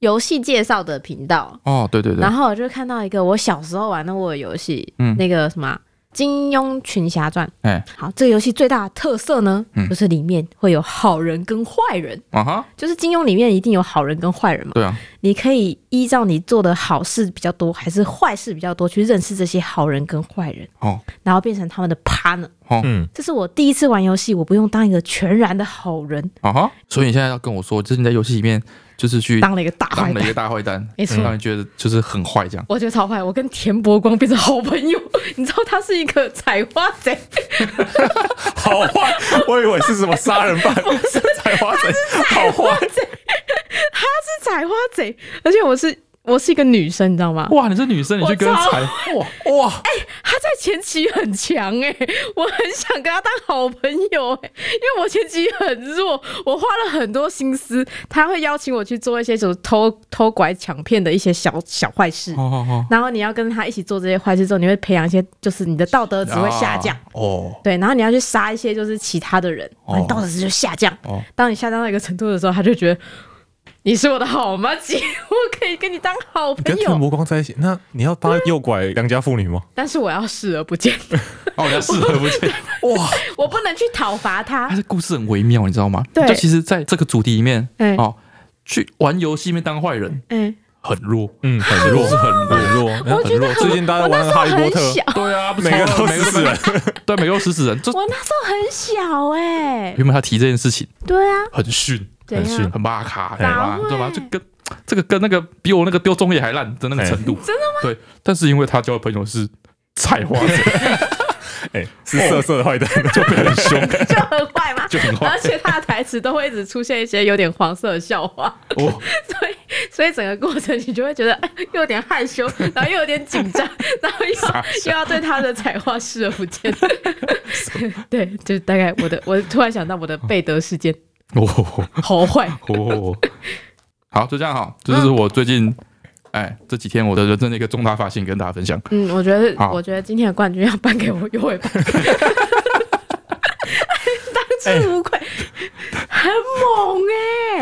S1: 游戏介绍的频道，
S2: 哦，对对对
S1: 然，后我就看到一个我小时候玩的我的游戏，
S2: 嗯
S1: 那个什么《金庸群侠传》。
S2: 哎，
S1: 好，这个游戏最大的特色呢，
S2: 嗯
S1: 就是里面会有好人跟坏人，
S2: 啊哈，
S1: 就是金庸里面一定有好人跟坏人嘛。
S2: 对啊，
S1: 你可以依照你做的好事比较多还是坏事比较多去认识这些好人跟坏人，
S2: 哦
S1: 然后变成他们的 partner。
S3: 嗯，
S1: 这是我第一次玩游戏，我不用当一个全然的好人，
S2: 啊哈，所以你现在要跟我说，就是你在游戏里面就是去
S1: 当了一个大坏
S2: 当了一
S1: 蛋
S2: 个。大坏蛋，
S1: 没错
S2: 让人觉得就是很坏这样。
S1: 我觉得超坏，我跟田伯光变成好朋友。 [laughs] 你知道他是一个采花贼，
S3: 好坏，我以为是什么杀人犯、采花贼，好坏，
S1: 是采花贼，而且我是我是一个女生，你知道吗？
S2: 哇，你是女生，你去跟人
S1: 我操
S2: 踩，
S3: 哇哇，
S1: 哎他在前期很强哎、 [laughs] 我很想跟他当好朋友哎、因为我前期很弱，我花了很多心思。他会邀请我去做一些什么偷偷拐抢骗的一些小小坏事。
S2: 哦哦哦，
S1: 然后你要跟他一起做这些坏事之后，你会培养一些，就是你的道德值会下降。
S2: 啊哦
S1: 对，然后你要去杀一些就是其他的人，
S2: 哦
S1: 然后你道德值就下降。
S2: 哦
S1: 当你下降到一个程度的时候，他就觉得你是我的好妈姐， [laughs] 我可以跟你当好
S3: 你跟
S1: 朋
S3: 田
S1: 友，
S3: 伯光在一起，那你要帮他诱拐良家妇女吗？
S1: 但是我要视而不见，
S2: 哦，人家视而不
S1: [laughs]
S2: 见，哇，
S1: 我不能去讨伐
S2: 他
S1: 他。
S2: 这故事很微妙，你知道吗？
S1: 对
S2: 就其实在这个主题里面
S1: 哎，
S2: 哦，去玩游戏里面当坏人
S1: 嗯，
S2: 很弱，
S3: 嗯，很弱，是很 [laughs] 弱，很弱
S1: 我觉得
S3: 最近大家
S1: 我那
S3: 玩
S1: 时
S3: 《
S1: 候
S3: 哈利波
S1: 很
S3: 特》，
S1: 小，
S2: 对啊，不
S3: 每个都死人，
S1: [laughs]
S2: 对，每个都死死人。这
S1: 我那时候很小哎、
S2: 原本他提这件事情
S1: 对
S3: [laughs]
S1: 啊，
S2: 很逊，
S1: 怎
S3: 很
S1: 样
S3: 逊？
S2: 很骂卡，你知
S1: 哪
S2: 道吗？
S1: 会
S2: 对吧？就跟这个跟那个比我那个丢钟也还烂的那
S3: 哎
S2: 个程度，真的吗？对，但是因为他交的朋友是菜花
S3: [laughs]
S2: 贼，
S3: 哎，是色色的坏蛋， [laughs] 就变
S2: 很凶，
S1: 就很坏嘛，
S2: 就很坏
S1: 而且他的台词都会一直出现一些有点黄色的笑话， [laughs]
S2: 哦，
S1: 所以所以整个过程你就会觉得哎又有点害
S3: [laughs]
S1: 羞，然后又有点紧张，然后又又要对他的彩画视而不
S3: [laughs]
S1: 见。对，就大概我的，我突然想到我的贝德事件，
S2: 哦 [laughs]
S1: 好坏。
S2: 哦，好，就这样哈，这就是我最近。哎，这几天我的人生的一个重大发现跟大家分享。
S1: 嗯，我觉得
S2: 好
S1: 我觉得今天的冠军要颁给我优 [laughs] 惠吧。当之无愧，很猛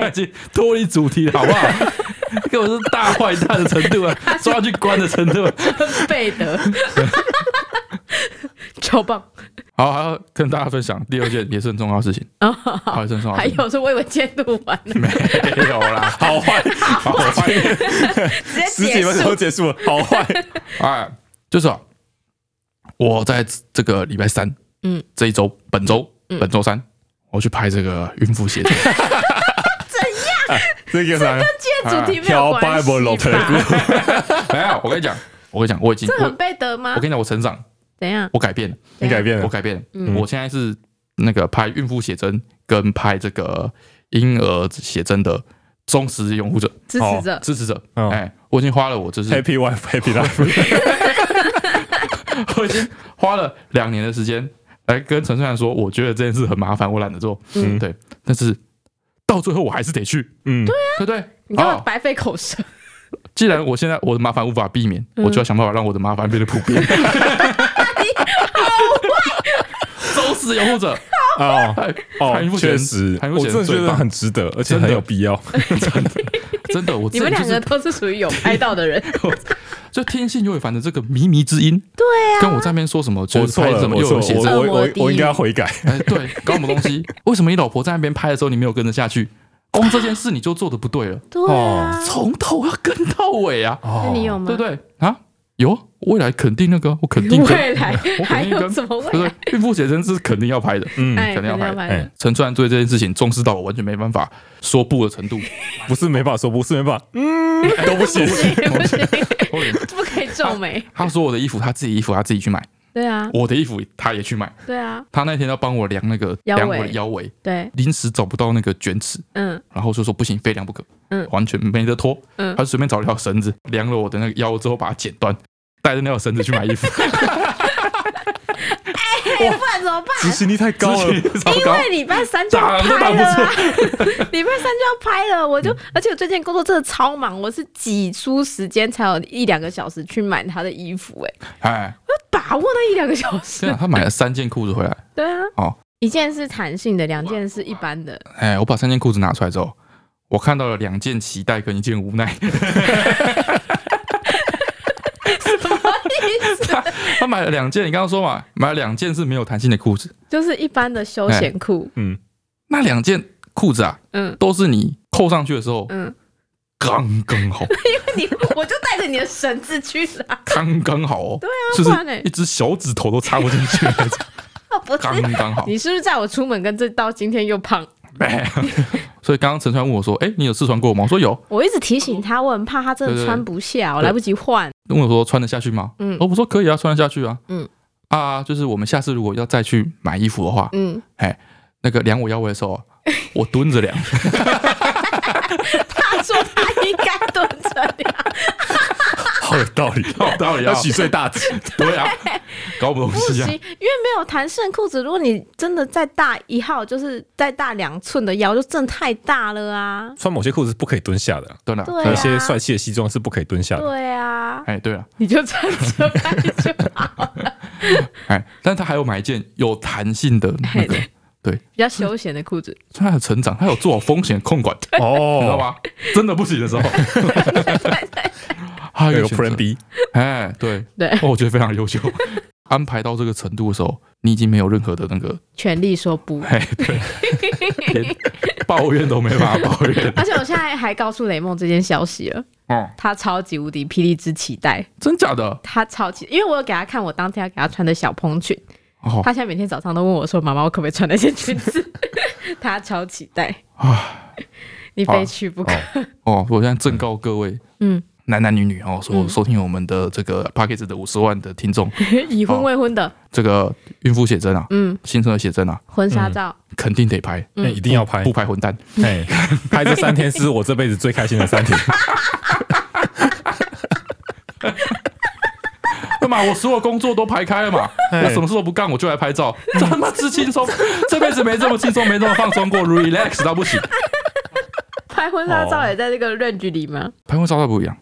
S1: 哎、
S2: [laughs] 已经脱离主题了，好不 [laughs] 好？给我是大坏蛋的程度啊，抓去关的程度。啊
S1: 贝德， [laughs] 超棒
S2: 好，还要跟大家分享第二件也是很重要的事情，
S1: 啊！
S2: 好，也是很重要的
S1: 还
S2: 事情。
S1: 有是我以为监督完了，
S2: 没有啦，
S1: [laughs]
S2: 好坏，好坏，
S1: 直接
S3: [laughs] 十几
S1: 结
S3: 分钟
S1: 束
S3: 就结束了，好坏，
S2: 哎，就是、啊、我在这个礼拜三，
S1: 嗯，
S2: 这一周，本周，
S1: 嗯
S2: 本周三，我去拍这个孕
S1: [laughs]
S2: 妇写真，
S3: 这个啥？
S1: 这主题没有关系吧？
S2: 没有，我跟你讲，我跟你讲，我已经，
S1: 这
S2: 我
S1: 很贝德吗
S2: 我？跟你讲，我成长，
S1: 怎样？
S2: 我改变了，
S3: 你改变
S2: 我
S3: 了，
S2: 改变了，
S1: 嗯
S2: 我现在是那个拍孕妇写真跟拍这个婴儿写真的忠实拥护者、
S1: 支持者，
S2: 支持者，
S3: 嗯
S2: 哎，我已经花了我就是啊
S3: Happy wife, happy
S2: [laughs]
S3: life。
S2: 我已经花了两年的时间来跟陈春兰说，我觉得这件事很麻烦，我懒得做。
S1: 嗯
S2: 对，但是到最后我还是得去，
S3: 嗯，
S2: 对不对？
S1: 你干嘛
S2: 哦
S1: 白费口舌？
S2: 既然我现在我的麻烦无法避免，
S1: 嗯
S2: 我就要想办法让我的麻烦变得普
S1: [laughs]
S2: 遍。忠实拥护者，
S1: 啊
S3: 哦
S2: 哎
S3: 哦
S2: 韩，富贤
S3: 确实，
S2: 韩富
S3: 我
S2: 贤
S3: 真的觉
S2: 最
S3: 得
S2: 棒
S3: [laughs] 很值得，而且
S2: 真的
S3: 很有必要。
S2: 真的，我
S1: 你们
S2: 真
S1: 两
S2: 的
S1: 个都是属于有拍到的人，
S2: 就是就听信尤伟凡的这个靡靡之音，对啊，跟我在那边说什么，就
S3: 我
S2: 是
S3: 错
S2: 拍
S3: 了，
S2: 什么
S3: 我
S2: 又
S3: 错
S2: 有
S3: 了，
S2: 写
S3: 我
S2: 真，
S1: 恶
S3: 我
S1: 魔
S3: 我
S1: 地狱
S3: 我应该要悔改。
S2: 哎，对，搞什么东西？为什么你老婆在那边拍的时候，你没有跟着下去？光这件事你就做的不对了。
S1: 对啊，
S2: 从头要跟到尾
S1: [laughs]
S2: 啊，
S1: [laughs] 那
S3: 哦
S1: 你有吗？
S2: 对不对啊？有啊，未来肯定那个啊，我肯定跟，
S1: 未来
S2: 我
S1: 还
S2: 肯
S1: 有
S2: 定跟，
S1: 什
S2: 对
S1: 么未
S2: 不
S1: 来
S2: 对？？孕妇写真是肯定要拍的。
S3: 嗯，
S1: 哎，
S2: 肯定要拍
S1: 拍
S3: 哎
S1: 的。
S2: 陈川对这件事情重视到我完全没办法说不的程
S1: [laughs]
S2: 度，
S3: 不是没办法说，不是没办法，嗯，都不行
S1: 不。行不行， [laughs]
S2: 我连
S1: 不可以皱眉。
S2: 他说我的衣服，他自己衣服他自己去买，
S1: [laughs] 对啊，
S2: 我的衣服他也去买，
S1: 对啊，
S2: 他那天要帮我量那个
S1: 腰
S2: 量我
S1: 围
S2: 的腰围，
S1: 对，
S2: 临时找不到那个卷尺，
S1: 嗯
S2: 然后就说不行，非量不可，
S1: 嗯
S2: 完全没得拖，
S1: 嗯
S2: 他就随便找了一条绳子，量了我的那个腰之后把它剪断，带着那条绳子去买衣服，
S1: 不然怎么办？
S3: 执行力太 [laughs] 高
S2: 执
S3: 了
S2: 行，力超
S1: 因
S2: [laughs] 高，
S1: 为礼拜三就要
S2: 打人都
S1: 拍
S2: 打
S1: 了、
S2: 不嗯
S1: 啊， [laughs] 礼拜三就要拍了，我就而且我最近工作真的超忙，我是挤出时间才有一两个小时去买他的衣服、哎，
S2: 哎，
S1: 把握那一两个小
S2: 这
S1: 时
S2: 样，他买了三件裤子回来，
S1: 对啊，
S2: 啊哦，
S1: 一件是弹性的，两件是一般的，
S2: 哎，我把三件裤子拿出来之后，我看到了两件期待跟一件无奈，他他买了两件，你刚刚说嘛，买了两件是没有弹性的裤子，
S1: 就是一般的休闲裤，
S3: 嗯，
S2: 那两件裤子啊，
S1: 嗯
S2: 都是你扣上去的时候
S1: 嗯，
S2: 刚刚好，
S1: [laughs] 你我就带着你的绳子去啦，
S2: 刚刚好哦，对啊就
S1: 不然嘞
S2: 是一只小指头都插不进
S1: [laughs]
S2: 去的那种，
S1: 不是。
S2: 刚刚好。 [laughs] 哎
S1: 你是不是在我出门跟这到今天又胖？
S2: 所以刚刚陈川问我说：“哎、你有试穿过吗？”我说有。
S1: 我一直提醒他，我很怕他真
S2: 哦对
S1: 的
S2: 对对
S1: 穿不下，我
S2: 对
S1: 来不及换。
S2: 问我说穿得下去吗？
S1: 嗯
S2: 哦，我说可以啊，穿得下去啊。
S1: 嗯
S2: 啊，就是我们下次如果要再去买衣服的话，哎
S1: 嗯，
S2: 那个量我腰围的时候，我蹲
S1: [laughs]
S2: 着量，
S1: 他说他应该蹲着量，
S3: 好有道
S2: [laughs]
S3: 理，
S2: 有道理啊
S3: 要洗最大
S2: [laughs]
S3: 值，
S2: 对啊， [laughs] 搞不懂
S1: 不
S2: 事
S1: 行，因
S2: 啊
S1: 为。没有弹性裤子，如果你真的再大一号，就是再大两寸的腰，就真的太大了啊。
S3: 穿某些裤子是不可以蹲下的，
S2: 对了，
S1: 对啊
S3: 有一些帅气的西装是不可以蹲下的。
S1: 对啊，
S2: 哎，对了，
S1: 你就站着拍就 [laughs] 好，
S2: 哎，但他还有买一件有弹性的那个，
S1: 比较休闲的裤子。
S2: 所以他有成长，他有做好风险控管，
S3: 哦，
S2: 你知道？吗？真的不行的
S3: [laughs]
S2: 时候，还有
S3: 有
S2: 一个
S3: 个
S2: 选
S3: Plan
S2: 择
S3: B，
S2: 哎，对，
S1: 对，
S2: 哦，我觉得非常优秀。 [laughs] 安排到这个程度的时候，你已经没有任何的那个， [laughs]
S1: 全力说不。
S2: 哎，对，
S1: [laughs]
S2: 连抱怨都没办法抱怨。
S1: 而且我现在还告诉雷梦这件消息了，
S2: 哦，
S1: 他超级无敌霹雳之期待，
S2: 真假的？
S1: 他超级，因为我有给他看我当天要给他穿的小蓬裙，
S2: 哦
S1: 他现在每天早上都问我说：“妈妈，我可不可以穿那件裙子？” [laughs] 他超期待，
S2: 啊，
S1: 你
S2: 好啊
S1: 非去不可。
S2: 哦，我现在正告各位
S1: 嗯，
S2: 男男女女哦，说
S1: 嗯
S2: 收听我们的这个 p a c k a g e 的五十万的听众，
S1: [laughs] 已婚
S2: 好
S1: 未婚的，
S2: 这个孕妇写真啊，
S1: 嗯，
S2: 新生儿写真啊，
S1: 婚纱照，
S2: 肯定得拍，
S1: 嗯
S3: 那哎一定要拍
S2: 不，拍混蛋。
S3: 哎，拍这三天是我这辈子最开心的三
S2: [laughs]
S3: 天。
S2: 干嘛？我所有工作都排开了嘛，
S3: 哎
S2: 我什么事都不干，我就来拍照，这他妈之轻松，这辈子没这么轻松，没这么放松过，relax 到不行。
S1: 拍婚纱照
S3: 哦
S1: 也在这个 range 里吗？
S2: 拍婚纱照不一样，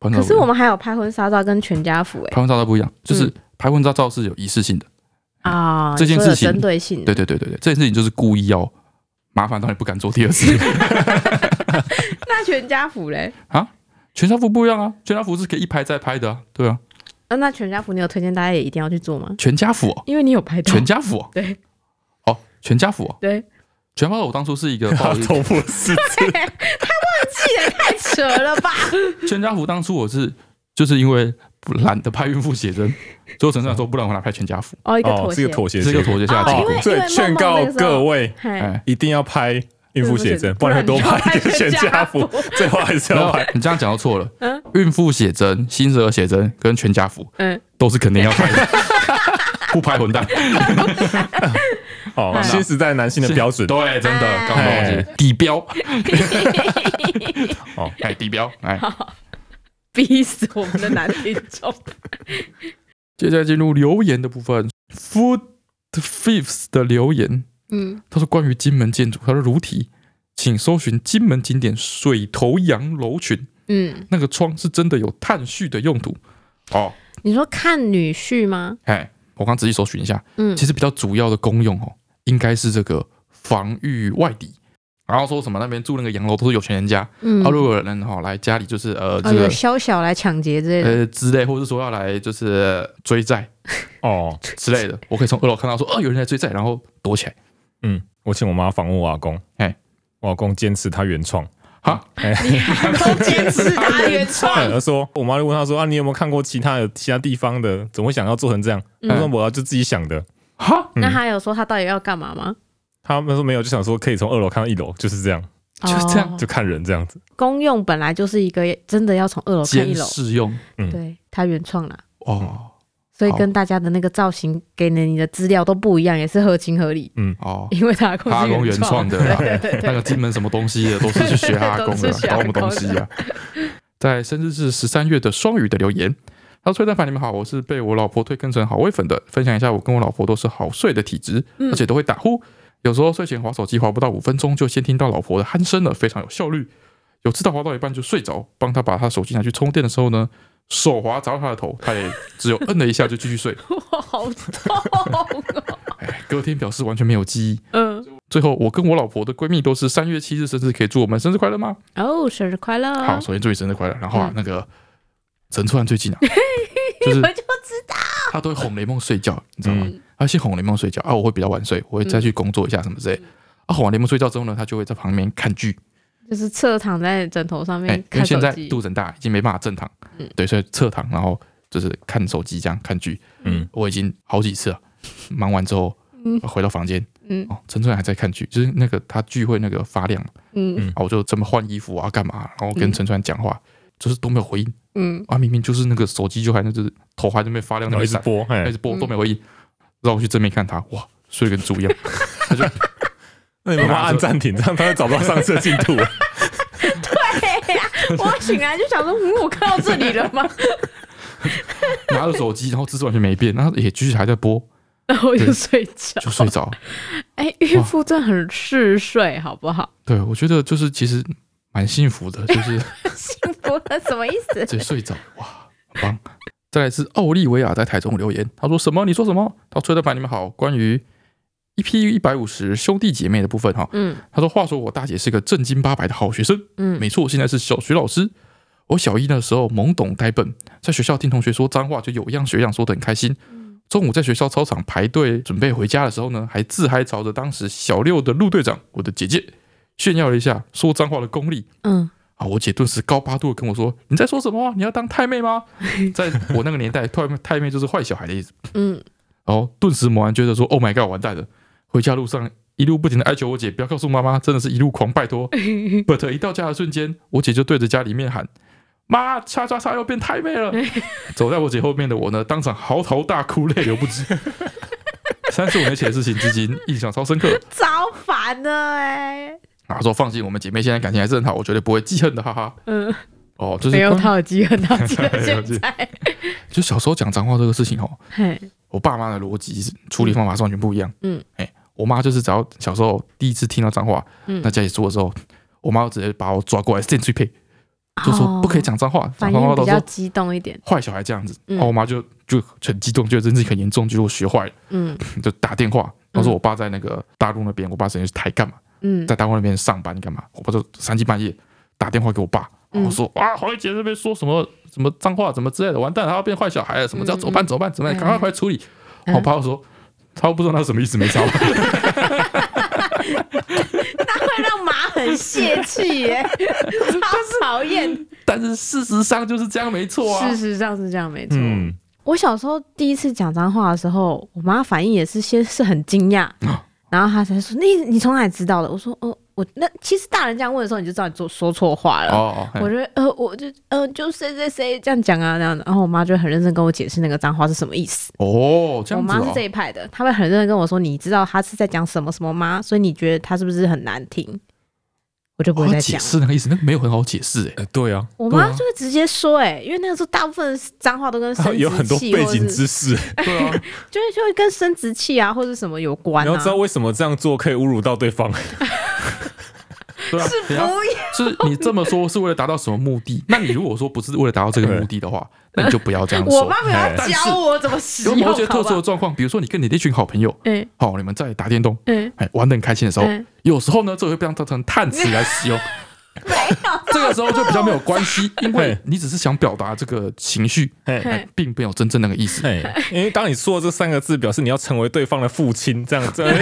S2: 拍婚纱
S1: 可
S2: 照不
S1: 是
S2: 一样
S1: 我们还有拍婚纱照跟全家福哎
S2: 拍婚纱照不一样，就是拍婚纱照是有仪式性的。
S1: 啊，
S2: 这件
S1: 你说有
S2: 事情
S1: 针对性
S2: 对。对对对对，这件事情就是故意要麻烦到你不敢做第二次。 [laughs]
S1: 那全家福嘞？
S2: 全家福不一样啊，全家福是可以一拍再拍的啊，对啊，
S1: 啊，那全家福你有推荐大家也一定要去做吗？
S2: 全家福、哦，
S1: 因为你有拍到。
S2: 全家福哦，
S1: 对
S2: 哦，全家福哦，
S1: 对，
S2: 全家福我当初是一个
S3: [laughs]
S2: 抱着
S3: 头部是
S1: 记得太扯了
S2: [laughs]
S1: 吧？
S2: 全家福，当初我是就是因为懒得拍孕妇写真，所以我陈上说不然我来拍全家福，
S1: 哦，一个
S3: 哦，
S1: 妥
S3: 是
S1: 协
S3: 一个。妥协
S2: 这
S3: 结
S2: 个
S3: 果，
S2: 妥协下的
S1: 哦
S2: 结
S1: 因为
S2: 果。
S3: 所以劝告各位
S1: 嘿，
S2: 哎，
S3: 一定要拍孕妇写真，不然多拍一个全家福， [laughs] 最后还是
S2: 没
S3: 要
S2: 有
S3: [laughs] 拍。
S2: 你这样讲就错了
S1: 嗯。
S2: 孕妇写真、新生儿写真跟全家福
S1: 嗯，
S2: 都是肯定要拍 [laughs] 的，不拍混蛋。
S3: 哦，
S1: 哎
S3: 新时代男性的标准，
S2: 对，真的，
S1: 哎
S2: 高东西底 [laughs] 标。
S3: 哦，
S2: 哎，底标，哎，
S1: [laughs] 逼死我们的男听众。
S2: 接下来进入留言的部分，Food Thieves 的留言，
S1: 嗯，
S2: 他说关于金门建筑，他说如题，请搜寻金门景点水头洋楼群，
S1: 嗯，
S2: 那个窗是真的有探视的用途。哦，
S1: 你说看女婿吗？
S2: 哎，我刚仔细搜寻一下，
S1: 嗯
S2: 其实比较主要的功用哦，应该是这个防御外敌。然后说什么那边住那个洋楼都是有钱人家，
S1: 嗯
S2: 啊，如果有人哈、来家里就是呃
S1: 哦，
S2: 这
S1: 有
S2: 个
S1: 宵小来抢劫之 [laughs] 类的。
S2: 呃之类，或者说要来就是呃追债
S3: 哦，
S2: 之类
S1: [laughs]
S2: 的，我可以从二楼看到说哦有人在追债，然后躲起来。
S3: 嗯，我请我妈访问我阿公，
S2: 哎
S3: 我阿公坚持他原 [laughs] 创。
S2: 哈，
S1: 都坚持打原创。
S2: [laughs]
S3: 他说，我妈就问他说啊，你有没有看过其他的其他地方的？怎么会想要做成这样？
S2: 嗯
S3: 他说我要就自己想的。
S2: 哈，
S1: 那他有说他到底要干嘛吗？
S3: 他们说没有，就想说可以从二楼看到一楼，就是这样，
S2: [laughs] 就这样
S1: 哦
S3: 就看人这样子。
S1: 公用本来就是一个真的要从二楼看一
S2: 监
S1: 楼，
S2: 视用
S3: 嗯
S1: 对他原创啦，
S2: 哦，
S1: 所以
S2: 好
S1: 跟大家的那个造型给你的你的资料都不一样，也是合情合理，
S2: 哦，
S1: 因为他公
S2: 哈
S1: 是
S2: 工原创
S1: 创
S2: 的啦
S1: 对对
S2: [laughs] 那
S1: [laughs] 对
S2: 个金门什么东西的，都是去学哈工的
S1: [laughs] 都是，学
S2: 搞
S1: 哈
S2: 什么
S1: 工的
S2: 东西啊？在甚至是十三月的双语的留言，他说：“崔蛋凡，你们好，我是被我老婆推坑成好味粉的，分享一下我跟我老婆都是好睡的体质，
S1: 嗯
S2: 而且都会打呼，有时候睡前划手机划不到五分钟，就先听到老婆的鼾声了，非常有效率。有次到划到一半就睡着，帮她把她手机拿去充电的时候呢，手滑砸到她的头，她也只有摁了一下就继续睡。 [laughs]
S1: 哇，好痛！哦
S2: 哎，隔天表示完全没有记忆。”
S1: [laughs] 嗯，
S2: 最后，我跟我老婆的闺蜜都是三月七日生日，可以祝我们生日快乐吗？
S1: [laughs] 哦，生日快乐！
S2: 好，首先祝你生日快乐。然后啊
S1: 嗯，
S2: 那个陈川
S1: [laughs]
S2: 最近啊，就是
S1: 我就知道，
S2: 他都会哄雷梦睡觉，你知道吗
S1: 嗯？
S2: 他先哄雷梦睡觉啊，我会比较晚睡，我会再去工作一下什么之
S1: 嗯
S2: 类。啊，哄完雷梦睡觉之后呢，他就会在旁边看剧。
S1: 就是侧躺在枕头上
S2: 哎
S1: 面，
S2: 因为
S1: 看手
S2: 现在
S1: 机，
S2: 肚子很大，已经没办法正躺，
S1: 嗯
S2: 对，所以侧躺，然后就是看手机这样看剧。
S3: 嗯，
S2: 我已经好几次了，啊忙完之后
S1: 嗯
S2: 回到房间，
S1: 嗯
S2: 哦，陈川还在看剧，就是那个他聚会那个发亮嘛。
S1: 嗯
S2: 啊，我就这么换衣服啊，干嘛？然后
S1: 嗯
S2: 跟陈川讲话，就是都没有回应
S1: 嗯，
S2: 啊，明明就是那个手机就还那就是头还在那边发亮，那
S3: 然后
S2: 边
S3: 一直
S2: 闪，
S3: 播，
S2: 一
S3: 哎
S2: 直，播都没有回应。然后我去正面看他，哇，睡得跟猪一
S3: [laughs]
S2: 样。他就
S3: 那你们帮他按暂停，这样他会找不到上次的进度。
S1: 对呀，我醒来就想说，嗯，我看到这里了吗？
S2: 拿着手机，然后姿势完全没变，然后也继续还在播，
S1: 然后我就
S2: 对
S1: 睡觉。
S2: 就睡
S3: [laughs]
S2: 着。
S1: 哎，孕妇真的很嗜睡，好不好？
S2: 对，我觉得就是其实蛮幸福的，就是
S1: [laughs] 幸福了什么意思？
S2: 对睡着，哇，很棒。再来是奥利维亚在台中留言，他说什么？你说什么？他说崔德凡，你们好，关于 EP 一百五十兄弟姐妹的部分哈，
S1: 嗯
S2: 他说：“话说我大姐是个正经八百的好学生，
S1: 嗯
S2: 没错，现在是小学老师。我小一那时候懵懂呆笨，在学校听同学说脏话就有样学样，说得很开心。中午在学校操场排队准备回家的时候呢，还自嗨朝着当时小六的陆队长，我的姐姐，炫耀了一下说脏话的功力。
S1: 嗯，
S2: 啊！我姐顿时高八度的跟我说：‘你在说什么啊？你要当太妹吗？’在我那个年代，太妹太妹就是坏小孩的意思。
S1: 嗯，
S2: 然后哦顿时猛然觉得说：“Oh my god，完蛋了！”回家路上一路不停的哀求我姐不要告诉妈妈，真的是一路狂拜
S1: [laughs]
S2: 托。But 一到家的瞬间，我姐就对着家里面喊：“妈，叉叉叉又变太妹
S1: [laughs]
S2: 了！”走在我姐后面的我呢，当场嚎啕大哭，泪流不
S1: [laughs]
S2: 止。三十五年前的事情，至今印象超深刻。
S1: 超烦的哎。
S2: 啊，说放心，我们姐妹现在感情还是很好，我绝对不会记恨的，哈哈。
S1: 嗯，
S2: 哦，就是
S1: 没有
S2: 关
S1: 套机，很套
S2: [laughs]
S1: 机了，
S2: 没有
S1: 现
S2: 套机
S1: 在。
S2: 就小时候讲脏话这个事情哦，
S1: 嘿，
S2: 我爸妈的逻辑是处理方法是完全不一样。
S1: 嗯，
S2: 哎、我妈就是只要小时候第一次听到脏话，
S1: 嗯
S2: 那家里住的时候，我妈直接把我抓过来扇碎配， [laughs] 就说
S1: 哦
S2: 不可以讲脏话，讲
S1: 反
S2: 脏话
S1: 应
S2: 都
S1: 比较
S2: 说
S1: 激动一点。
S2: 坏小孩这样子。
S1: 嗯
S2: 然后我妈就就很激动，觉得自己很严重，觉得我学坏了，
S1: 嗯
S2: 就打电话。当时我爸在那个大陆那边，我爸之前是台干嘛，
S1: 嗯
S2: 在大陆那边上班干嘛，我爸就三更半夜打电话给我爸，
S1: 嗯
S2: 然后说哇，黄丽姐这边说什么什么脏话，怎么之类的，完蛋，她要变坏小孩了，什么
S1: 嗯
S2: 这要怎么办？怎么办？怎么办？赶快回来处理。
S1: 嗯
S2: 我爸就说，他又不知道那是什么意思，没差吧。
S1: 会让马很泄气 [laughs] 耶，超讨厌。
S2: 但是事实上就是这样，没错啊
S1: 事。实上是这样，没错。
S3: [laughs] 嗯，
S1: 我小时候第一次讲脏话的时候，我妈反应也是先是很惊讶，
S2: 啊
S1: [laughs] 然后她才说：“你你从哪里知道的？”我说：“哦，我那其实大人这样问的时候，你就知道你做说错话了。
S2: 哦，
S1: 我
S2: 哦
S1: 觉得呃，我就呃，就谁谁谁这样讲啊，那样的。然后我妈就很认真跟我解释那个脏话是什么意思。
S2: 哦，这
S1: 我
S2: 样子
S1: 妈是
S2: 哦
S1: 这。一派的，她会很认真地跟我说，你知道她是在讲什么什么吗？所以你觉得她是不是很难听？我就不
S2: 我
S1: 会再
S2: 要解
S1: 讲了。
S2: 释那个意思，那个没有很好解
S1: [laughs]
S2: 释哎。
S3: 呃对啊，
S1: 我妈
S2: 对啊
S1: 就会直接说、欸，哎、因为那个时候大部分脏话都跟 [laughs]
S2: [laughs]
S1: 生殖器
S3: 有很多背景知
S1: [laughs]
S3: 识，
S2: 欸对啊，
S1: 或者是就会就会跟生殖器啊或者什么有关
S3: 你要
S1: 啊
S3: 知。道为什么这样做可以侮辱到对方。
S2: 对啊。
S1: 是不
S2: 等一下
S1: 要
S2: 是你这么说是为了达到什么目的？那你如果说不是为了达到
S1: [laughs]
S2: 这个目的的话，那你就不要这样
S1: 我
S2: 说
S1: 妈。没有要
S3: 但
S2: 是
S1: 教我怎么
S3: 哎
S1: 使
S2: 有
S1: 用，
S2: 某些
S1: 好
S2: 特
S1: 吧
S2: 殊的？状况，比如说你跟你的一群好朋友，
S1: 嗯
S2: 好，你们在打电动，
S1: 嗯，
S2: 哎，玩的很开心的时候
S1: 嗯，
S2: 有时候呢，这个会被当成叹词来使用。
S1: 没有，
S2: [laughs] 这个时候就比较没有关系，因为
S3: 嘿
S2: 你只是想表达这个情绪，
S3: 嘿
S2: 哎并没有真正那个意思。
S3: 嘿，因为哎当你说这三个字，表示你要成为对方的父亲，这样这
S1: [laughs]
S3: 样，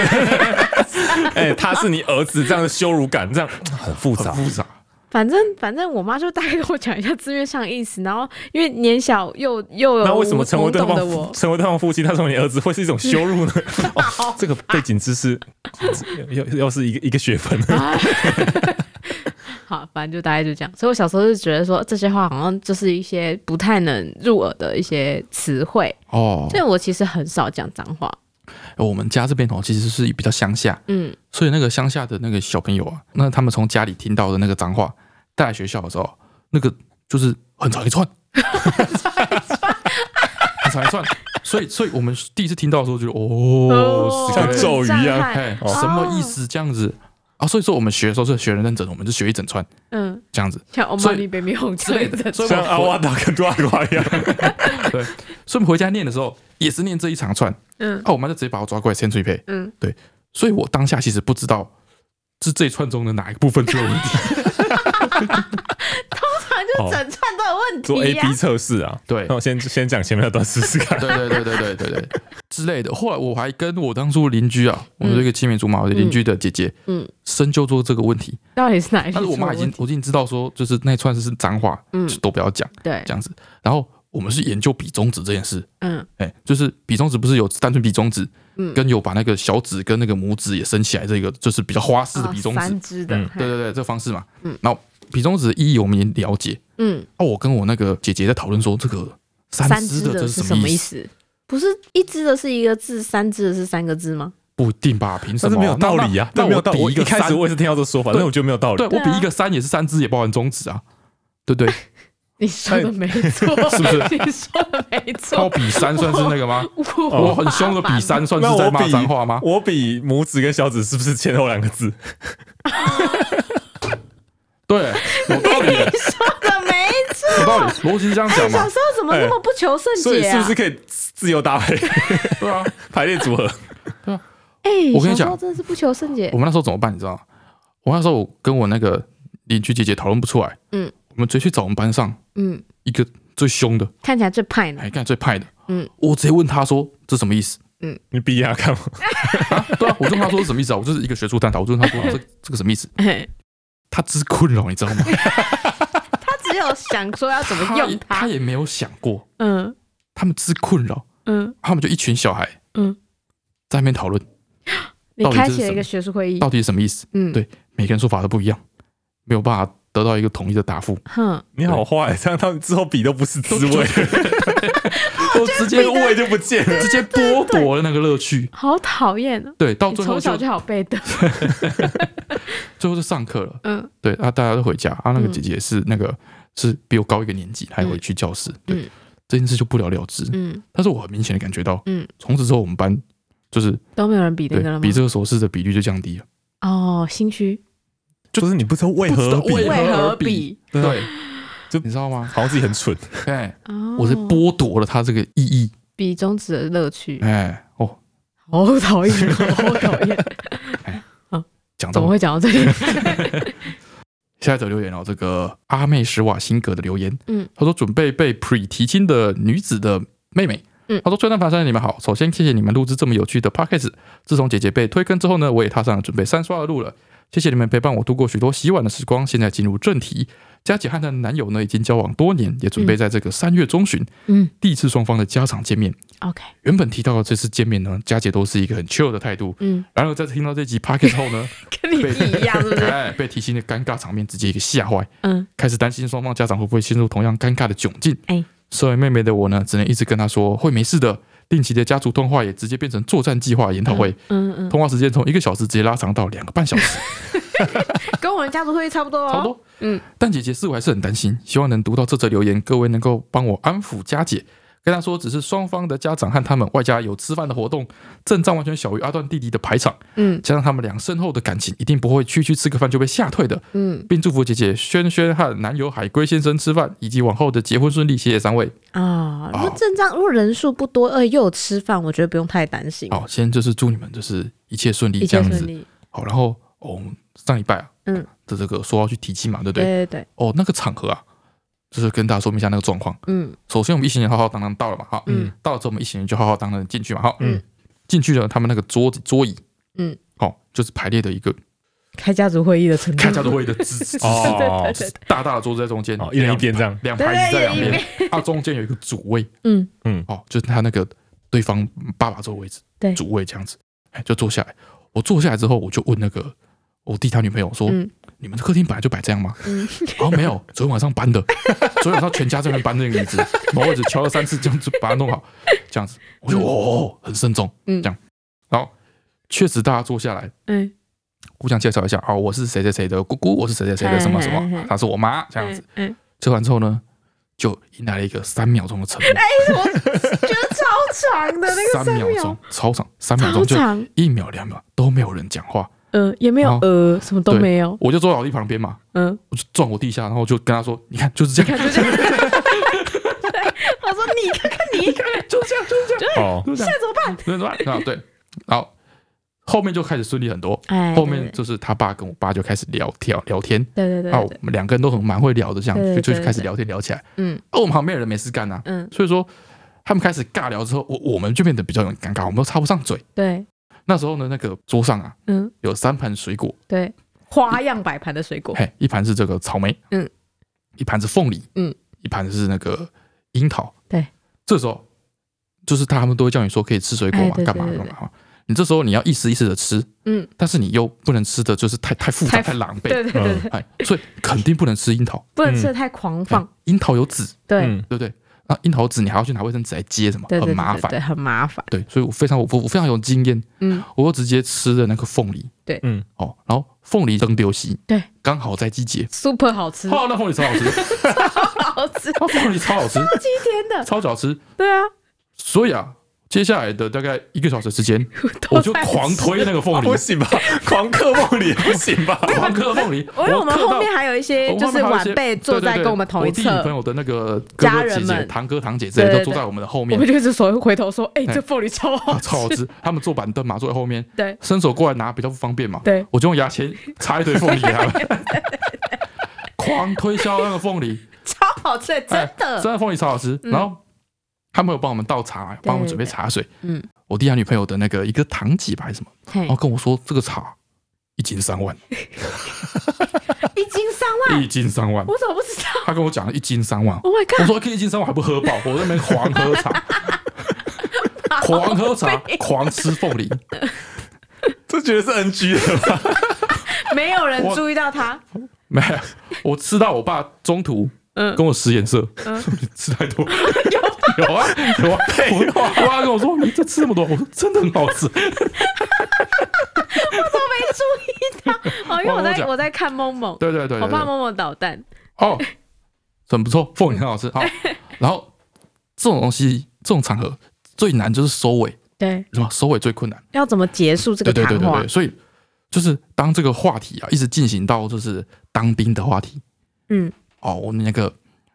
S3: 哎，他是你儿子，这样的羞辱感，这样很复
S2: 很
S3: 杂。
S2: 复杂，
S1: 反正反正我妈就大概跟我讲一下字面上的意思，然后因为年小又又有
S3: 那为什么成为对
S1: 懵懂的
S3: 方
S1: 我
S3: 父，成为对方父亲，他成为你儿子，会是一种羞辱呢？哦，这个背景知识要要是一个一个学分，
S1: [laughs] 好，反正就大概就这样。所以我小时候就觉得说这些话好像就是一些不太能入耳的一些词汇，
S2: 哦，哎
S1: 所以我其实很少讲脏话。
S2: 我们家这边哦，其实是比较乡下，
S1: 嗯，
S2: 所以那个乡下的那个小朋友啊，那他们从家里听到的那个脏话，带来学校的时候，那个就是很长一串，很长一串，所以，所以我们第一次听到的时候，觉得哦，
S3: 像
S2: 是
S3: 咒语啊一
S1: 震
S3: 样
S1: 撼
S2: 哎，什么意思？这样子啊，所以说我们学的时候是学的认真，我们就学一整串
S1: 嗯，
S2: 这样子。
S1: 像欧
S2: 所
S1: 玛
S2: 以
S1: 尼 baby 红之
S2: 之类
S1: 类
S2: 的
S1: 的，
S2: 所以
S3: 像阿瓦达跟杜拉瓜一样，
S1: [laughs]
S2: 所以我们回家念的时候，也是念这一长串，
S1: 嗯
S2: 啊，我妈就直接把我抓过来先吹配，
S1: 嗯，
S2: 所以我当下其实不知道是这一串中的哪一个部分出了问题。
S1: 反正 [laughs] 就
S2: 哦
S1: 整串都有问 [laughs]
S3: 做
S1: 题
S3: A
S1: 呀、
S3: B 测试啊。
S2: 对
S3: 那我先先讲前面那段试试看。
S2: 对对对对对对对之类的。后来我还跟我当初邻居啊，我们这个青梅竹马我的邻居的姐姐，
S1: 嗯，
S2: 深究过这个问题。
S1: 到底是哪一
S2: 但是我妈已经我已经知道说，就是那一串是脏话，
S1: 嗯
S2: 就都不要讲
S1: 对
S2: 这，样子。然后我们是研究比中指这件事，
S1: 嗯
S2: 哎，就是比中指不是有单纯比中指，
S1: 嗯，
S2: 跟有把那个小指跟那个拇指也伸起来，这个就是比较花式的比中
S1: 哦
S2: 指
S1: 三。只的
S3: 嗯，
S1: 嘿
S2: 对对对，这方式嘛。
S1: 嗯
S2: 然后比中指的意义我们也了解。
S1: 嗯，
S2: 啊，我跟我那个姐姐在讨论说，这个
S1: 三只
S2: 只的
S1: 的
S2: 这是
S1: 是
S2: 什
S1: 什
S2: 么
S1: 么
S2: 意
S1: 意
S2: 思？
S1: 思？不是一只的是一个字，三只的是三个字吗？
S2: 不一定吧？凭什
S3: 但
S2: 么？
S3: 是没有道理啊，
S2: 那那
S3: 但没
S2: 那
S3: 有
S2: 我
S3: 道理。
S2: 比
S3: 我
S2: 一个
S3: 一开始
S2: 三
S3: 我也是听到这说法，
S2: 对
S3: 但我觉得没有道理
S2: 对。我
S1: 对
S2: 比
S1: 啊
S2: 一个三也是三只，也包含中指啊，对不对？
S1: 你说的没错，
S2: [laughs] 是不是？
S1: 你说的没
S2: 靠
S1: 错，
S2: 比三算是那个
S3: [laughs]
S2: 吗？
S3: 哦
S2: 我很凶的比三算
S3: 那
S2: 是
S3: 我
S2: 在
S3: 比
S2: 骂脏话
S3: [laughs]
S2: 吗？
S3: 我比拇指跟小指是不是前后两个字？
S2: 对，有道理，
S1: 你说的没错。
S2: 有道理，逻辑是这样
S1: 哎、
S2: 讲
S1: [laughs] 小
S2: 嘛？
S1: 时候怎么那么不求甚
S3: 所以
S1: 解
S3: 是
S1: 啊
S3: 不？是可以自由搭配
S2: 对啊，
S3: 排列组合？
S1: 哎、
S2: 我跟你讲
S1: 小时候真的是不求甚解
S2: 我。们那时候怎么办？你知道吗？我那时候我跟我那个邻居姐姐讨论不出来，
S1: 嗯，
S2: 我们直接去找我们班上
S1: 嗯，
S2: 一个最凶的，
S1: 看起来最派呢。
S2: 哎，干最派的，
S1: 嗯，
S2: 我直接问他说这什么意思？
S3: [laughs] 你比他看吗？
S2: 啊，对啊，我就问他说是什么意思啊？我就是一个学术探讨，我就问他说这这个什么意思？
S1: 嘿
S2: 他只是困扰，你知道吗？
S1: 他只有想说要怎么
S2: 也
S1: 用
S2: 他
S1: 它。
S2: 也没有想过，
S1: 嗯
S2: 他们只是困扰，
S1: 嗯，
S2: 他们就一群小孩，
S1: 嗯，
S2: 在那边讨论
S1: 你
S2: 到底
S1: 开
S2: 这是
S1: 启了
S2: 什
S1: 一
S2: 么
S1: 个学术会议
S2: 到。底是什么意思，
S1: 嗯，
S2: 对每个人说法都不一样，没有办法得到一个统一的答复，
S1: 哼，
S3: 你好坏，这样他们之后比都不是滋味，
S2: 都直接
S3: 那个味就不见了。
S2: 直接剥夺了那个乐趣。
S1: 好讨厌哦。
S2: 对，到
S1: 你
S2: 最
S1: 从
S2: 后
S1: 小
S2: 就
S1: 就好被
S2: [laughs]
S1: 动。
S2: 最后就上课了。
S1: 嗯
S2: 对，啊，大家都回家啊。那个
S1: 嗯
S2: 姐姐是那个是比我高一个年级，她也回去教室。对
S1: 嗯，
S2: 这件事就不了了之。
S1: 嗯，
S2: 但是我很明显的感觉到，
S1: 嗯，
S2: 从此之后我们班就是
S1: 都没有人比那
S2: 对
S1: 个了吗？
S2: 比这个手势的比率就降低了。
S1: 哦，心虚。
S3: 就不是你不知道为何而
S2: 不知
S3: 比
S2: 道，为
S1: 为
S2: 何
S1: 何
S2: 而哎比
S1: 比？
S3: 对啊
S2: 对，
S3: 就
S2: 你知道吗？
S3: 好像自己很蠢。
S2: 哎，
S1: 哦，
S2: 我是剥夺了他这个意义。
S1: 比中指的乐趣。
S2: 哎，哦，
S1: 好讨厌，哦
S2: [laughs]
S1: 好讨厌。
S2: 讲
S1: 怎
S2: 到
S1: 么会讲到这
S2: [laughs]
S1: 里？
S2: 下一则留言哦，这个阿妹施瓦辛格的留言，
S1: 嗯，
S2: 他说准备被 pre 提亲的女子的妹妹。
S1: 嗯
S2: 他说：“崔丹凡山，你们好。首先，谢谢你们录制这么有趣的 podcast。自从姐姐被推坑之后呢，我也踏上了准备三刷的路了。谢谢你们陪伴我度过许多洗碗的时光。现在进入正题，佳姐和她的男友呢已经交往多年，也准备在这个三月中旬、
S1: 嗯
S2: 第一次双方的家常见面。
S1: ，OK，
S2: 原本提到的这次见面呢，佳姐都是一个很 chill 的态度。
S1: 嗯，
S2: 然而，在听到这集 podcast 后呢，
S1: 跟你一样，是不
S2: [laughs]
S1: 是？
S2: 哎，被提亲的尴尬场面直接一个吓坏。
S1: 嗯，
S2: 开始担心双方家长会不会陷入同样尴尬的窘境。
S1: 哎
S2: 身为妹妹的我呢，只能一直跟她说会没事的。定期的家族通话也直接变成作战计划研讨会，
S1: 嗯
S2: [laughs]
S1: 嗯，
S2: 通话时间从一个小时直接拉长到两个半小时，
S1: 跟我们家族会议差不多哦。
S2: 差不多。
S1: 嗯，
S2: 但姐姐似乎还是很担心，希望能读到这则留言，各位能够帮我安抚佳姐，跟她说只是双方的家长和他们外加有吃饭的活动，阵仗完全小于阿段弟弟的排场，
S1: 嗯
S2: 加上他们俩深厚的感情，一定不会区区吃个饭就被吓退的。
S1: 嗯
S2: 并祝福姐姐轩轩和男友海龟先生吃饭，以及往后的结婚顺利。谢谢三位。哦
S1: 啊，如果阵仗如果人数不多，呃，又有吃饭，我觉得不用太担心，
S2: 好，先就是祝你们就是哦一切顺利
S1: 一
S2: 这
S1: 切
S2: 样
S1: 顺
S2: 子。
S1: 利。
S2: 好，然后哦，我们上礼拜啊，
S1: 嗯
S2: 的这个说要去提亲嘛，对不对？
S1: 对对对，
S2: 哦，那个场合啊，就是跟大家说明一下那个状况。
S1: 嗯
S2: 首先，我们一行人浩浩荡荡到了嘛，哈，
S1: 嗯，
S2: 到了之后我们一行人就浩浩荡荡地进去嘛，哈，
S3: 嗯，
S2: 进去了，他们那个桌子桌椅，
S1: 嗯，
S2: 哦，就是排列的一个
S1: 开家族会议的程度，
S2: 开家族会议的姿姿势，
S3: 哦
S2: 就是大大的桌子在中间，
S3: 哦，一人一边这样。
S2: 两排椅在两
S1: 对一人
S2: 边，它中间有一个主位，
S1: 嗯
S2: 哦，就是他那个对方爸爸坐位置，
S1: 对
S2: 主位这样子，哎，就坐下来。我坐下来之后，我就问那个我我弟他女朋友说，
S1: 嗯
S2: 你们的客厅本来就摆这样吗？哦，没有，昨天晚上搬的， [laughs] 昨天晚上全家这边搬那个椅子，某位置敲了三次，这样子把它弄好，这样子，我就哦哦，很慎重，
S1: 嗯
S2: 这样，然后确实大家坐下来，
S1: 嗯
S2: 互相介绍一下，哦，我是谁谁谁的姑姑，我是谁谁谁的什么什
S1: 嘿嘿
S2: 么
S1: 嘿，
S2: 她是我妈， [laughs] 这样子。，
S1: 嗯，
S2: 吃完之后呢，就迎来了一个三秒钟的沉默，
S1: 我觉得超长的哎那个
S2: 三秒钟
S1: 秒，
S2: 超长，三秒
S1: 超
S2: 钟就
S1: 长，
S2: 一秒两秒都没有人讲话，
S1: 呃，也没有
S2: 然后
S1: 呃，什么都
S2: 对
S1: 没有，
S2: 我就坐在老弟旁边嘛，
S1: [laughs] 嗯，
S2: 我就撞我弟一下，然后就跟他说，你看就是这样，
S1: 看就这样。我说你看看你，
S2: 就是这样，就是这样，
S3: 哦，
S2: [laughs] 就是这样
S1: 那怎么办？
S2: 就是这样，啊对，然后后面就开始顺利很多，
S1: 哎
S2: 后面就是他爸跟我爸就开始聊天聊天，
S1: 对对对
S2: 啊，
S1: 对
S2: 我
S1: 对，
S2: 们两个人都很蛮会聊的，这
S1: 对对
S2: 样就就
S1: 对
S2: 开始
S1: 对
S2: 聊天聊起来，哦
S1: 嗯
S2: 而我们旁边的人没事干呐，
S1: 嗯，
S2: 所以说他们开始尬聊之后，我我们就变得比较有点尴尬，我们都插不上嘴。
S1: 对，
S2: 那时候呢，那个桌上啊
S1: 嗯
S2: 有三盘水果，
S1: 对，花样摆盘的水果，
S2: 嘿，一盘是这个草莓，
S1: 嗯，
S2: 一盘是凤梨，
S1: 嗯，
S2: 一盘是那个樱桃，
S1: 对。
S2: 这时候就是他们都会叫你说可以吃水果
S1: 哎
S2: 嘛，
S1: 对
S2: 干嘛
S1: 对对
S2: 干嘛嘛。你这时候你要一丝一丝的吃，
S1: 嗯，
S2: 但是你又不能吃的就是太太复杂、
S1: 太
S2: 太狼狈，
S1: 对对对对，
S2: 哎，所以肯定不能吃樱桃，
S1: 不能吃的太狂放
S2: 哎，樱桃有籽，
S1: 对
S3: 嗯，
S2: 对不对？啊，樱桃籽你还要去拿卫生纸来接什么，
S1: 对对，
S2: 很
S1: 对
S2: 麻
S1: 对
S2: 烦。
S1: 对，很麻烦，
S2: 对，所以我非常我我非常有经验，
S1: 嗯，
S2: 我就直接吃的那个凤梨，
S1: 对
S3: 嗯，
S2: 哦，然后凤梨蒸丢西，
S1: 对，
S2: 刚好在季节，
S1: ，super 好吃，
S2: 哦，那凤梨超好吃，
S1: 好吃，
S2: [laughs] 哦，凤梨超好吃，
S1: 天的，
S2: 超级好吃，
S1: 对啊，
S2: 所以啊，接下来的大概一个小时时间， [laughs] 我
S1: 都
S2: 就
S1: 在吃
S2: 狂推那个凤梨
S3: 啊不，行吧，狂嗑梦里不行吧？
S2: [laughs] 狂嗑凤梨，
S1: 我因为我们
S2: 嗑到
S1: 后面还有一些
S2: 我
S1: 就
S2: 后面
S1: 是
S2: 还有一些
S1: 晚辈坐在
S2: 对对对
S1: 跟我们同一
S2: 我弟女
S1: 侧
S2: 朋，友的那个哥
S1: 家
S2: 哥
S1: 人
S2: 姐姐、
S1: 们
S2: 堂哥堂姐之类
S1: 对对
S2: 的
S1: 对
S2: 都坐在我们的后
S1: 我
S2: 面
S1: 们，就一直手回头说，哎，这凤梨超好
S2: 啊，超好
S1: 吃，
S2: 吃，他们坐板凳嘛，坐在后面，
S1: 对
S2: 伸手过来拿比较不方便嘛，
S1: 对，
S2: 我就用牙签插一堆凤梨给他们，
S1: [laughs]
S2: 狂推销那个凤梨，
S1: 超好吃，真
S2: 哎
S1: 的，嗯
S2: 真的凤梨超好吃。然后他们有帮我们倒茶，帮我们准备茶水。
S1: 嗯，
S2: 我弟他啊女朋友的那个一个堂姐吧还是什么，
S1: 嘿
S2: 然后，跟我说这个茶一斤三万，
S1: 一斤三万，
S2: 一斤三万，
S1: 我怎么不知道
S2: 他跟我讲了一斤三万。
S1: ？Oh my
S2: 我
S1: god！
S2: 说可以一斤三万还不喝饱，我在那边狂喝茶，
S1: [laughs]
S2: 狂喝茶，狂吃凤梨。
S3: 这绝对是 NG 的吧？
S1: 没有人
S2: 我
S1: 注意到他，
S2: 没有，我吃到我爸中途
S1: 嗯
S2: 跟我使眼色，
S1: 嗯
S2: 说你吃
S1: [laughs]
S2: 太多。有啊有啊，我我爸跟我说你这吃这么多，我说真的很好吃。
S1: 哦，因为我
S2: 我我
S1: 在
S2: 讲
S1: 我在看萌萌，
S2: 对对对对
S1: 我怕
S2: 对，
S1: 萌萌捣蛋，
S2: 哦，很不错，凤梨很好
S1: [laughs]
S2: 吃。好，然后这种东西，这种场合最难就是收尾，
S1: 对，
S2: 是吧？收尾最困难。
S1: 要怎么结束这
S2: 对
S1: 个
S2: 对对
S1: 谈
S2: 对
S1: 话
S2: 对，？所以就是当这个话题啊一直进行到就是当兵的话题
S1: 嗯，
S2: 哦，我那个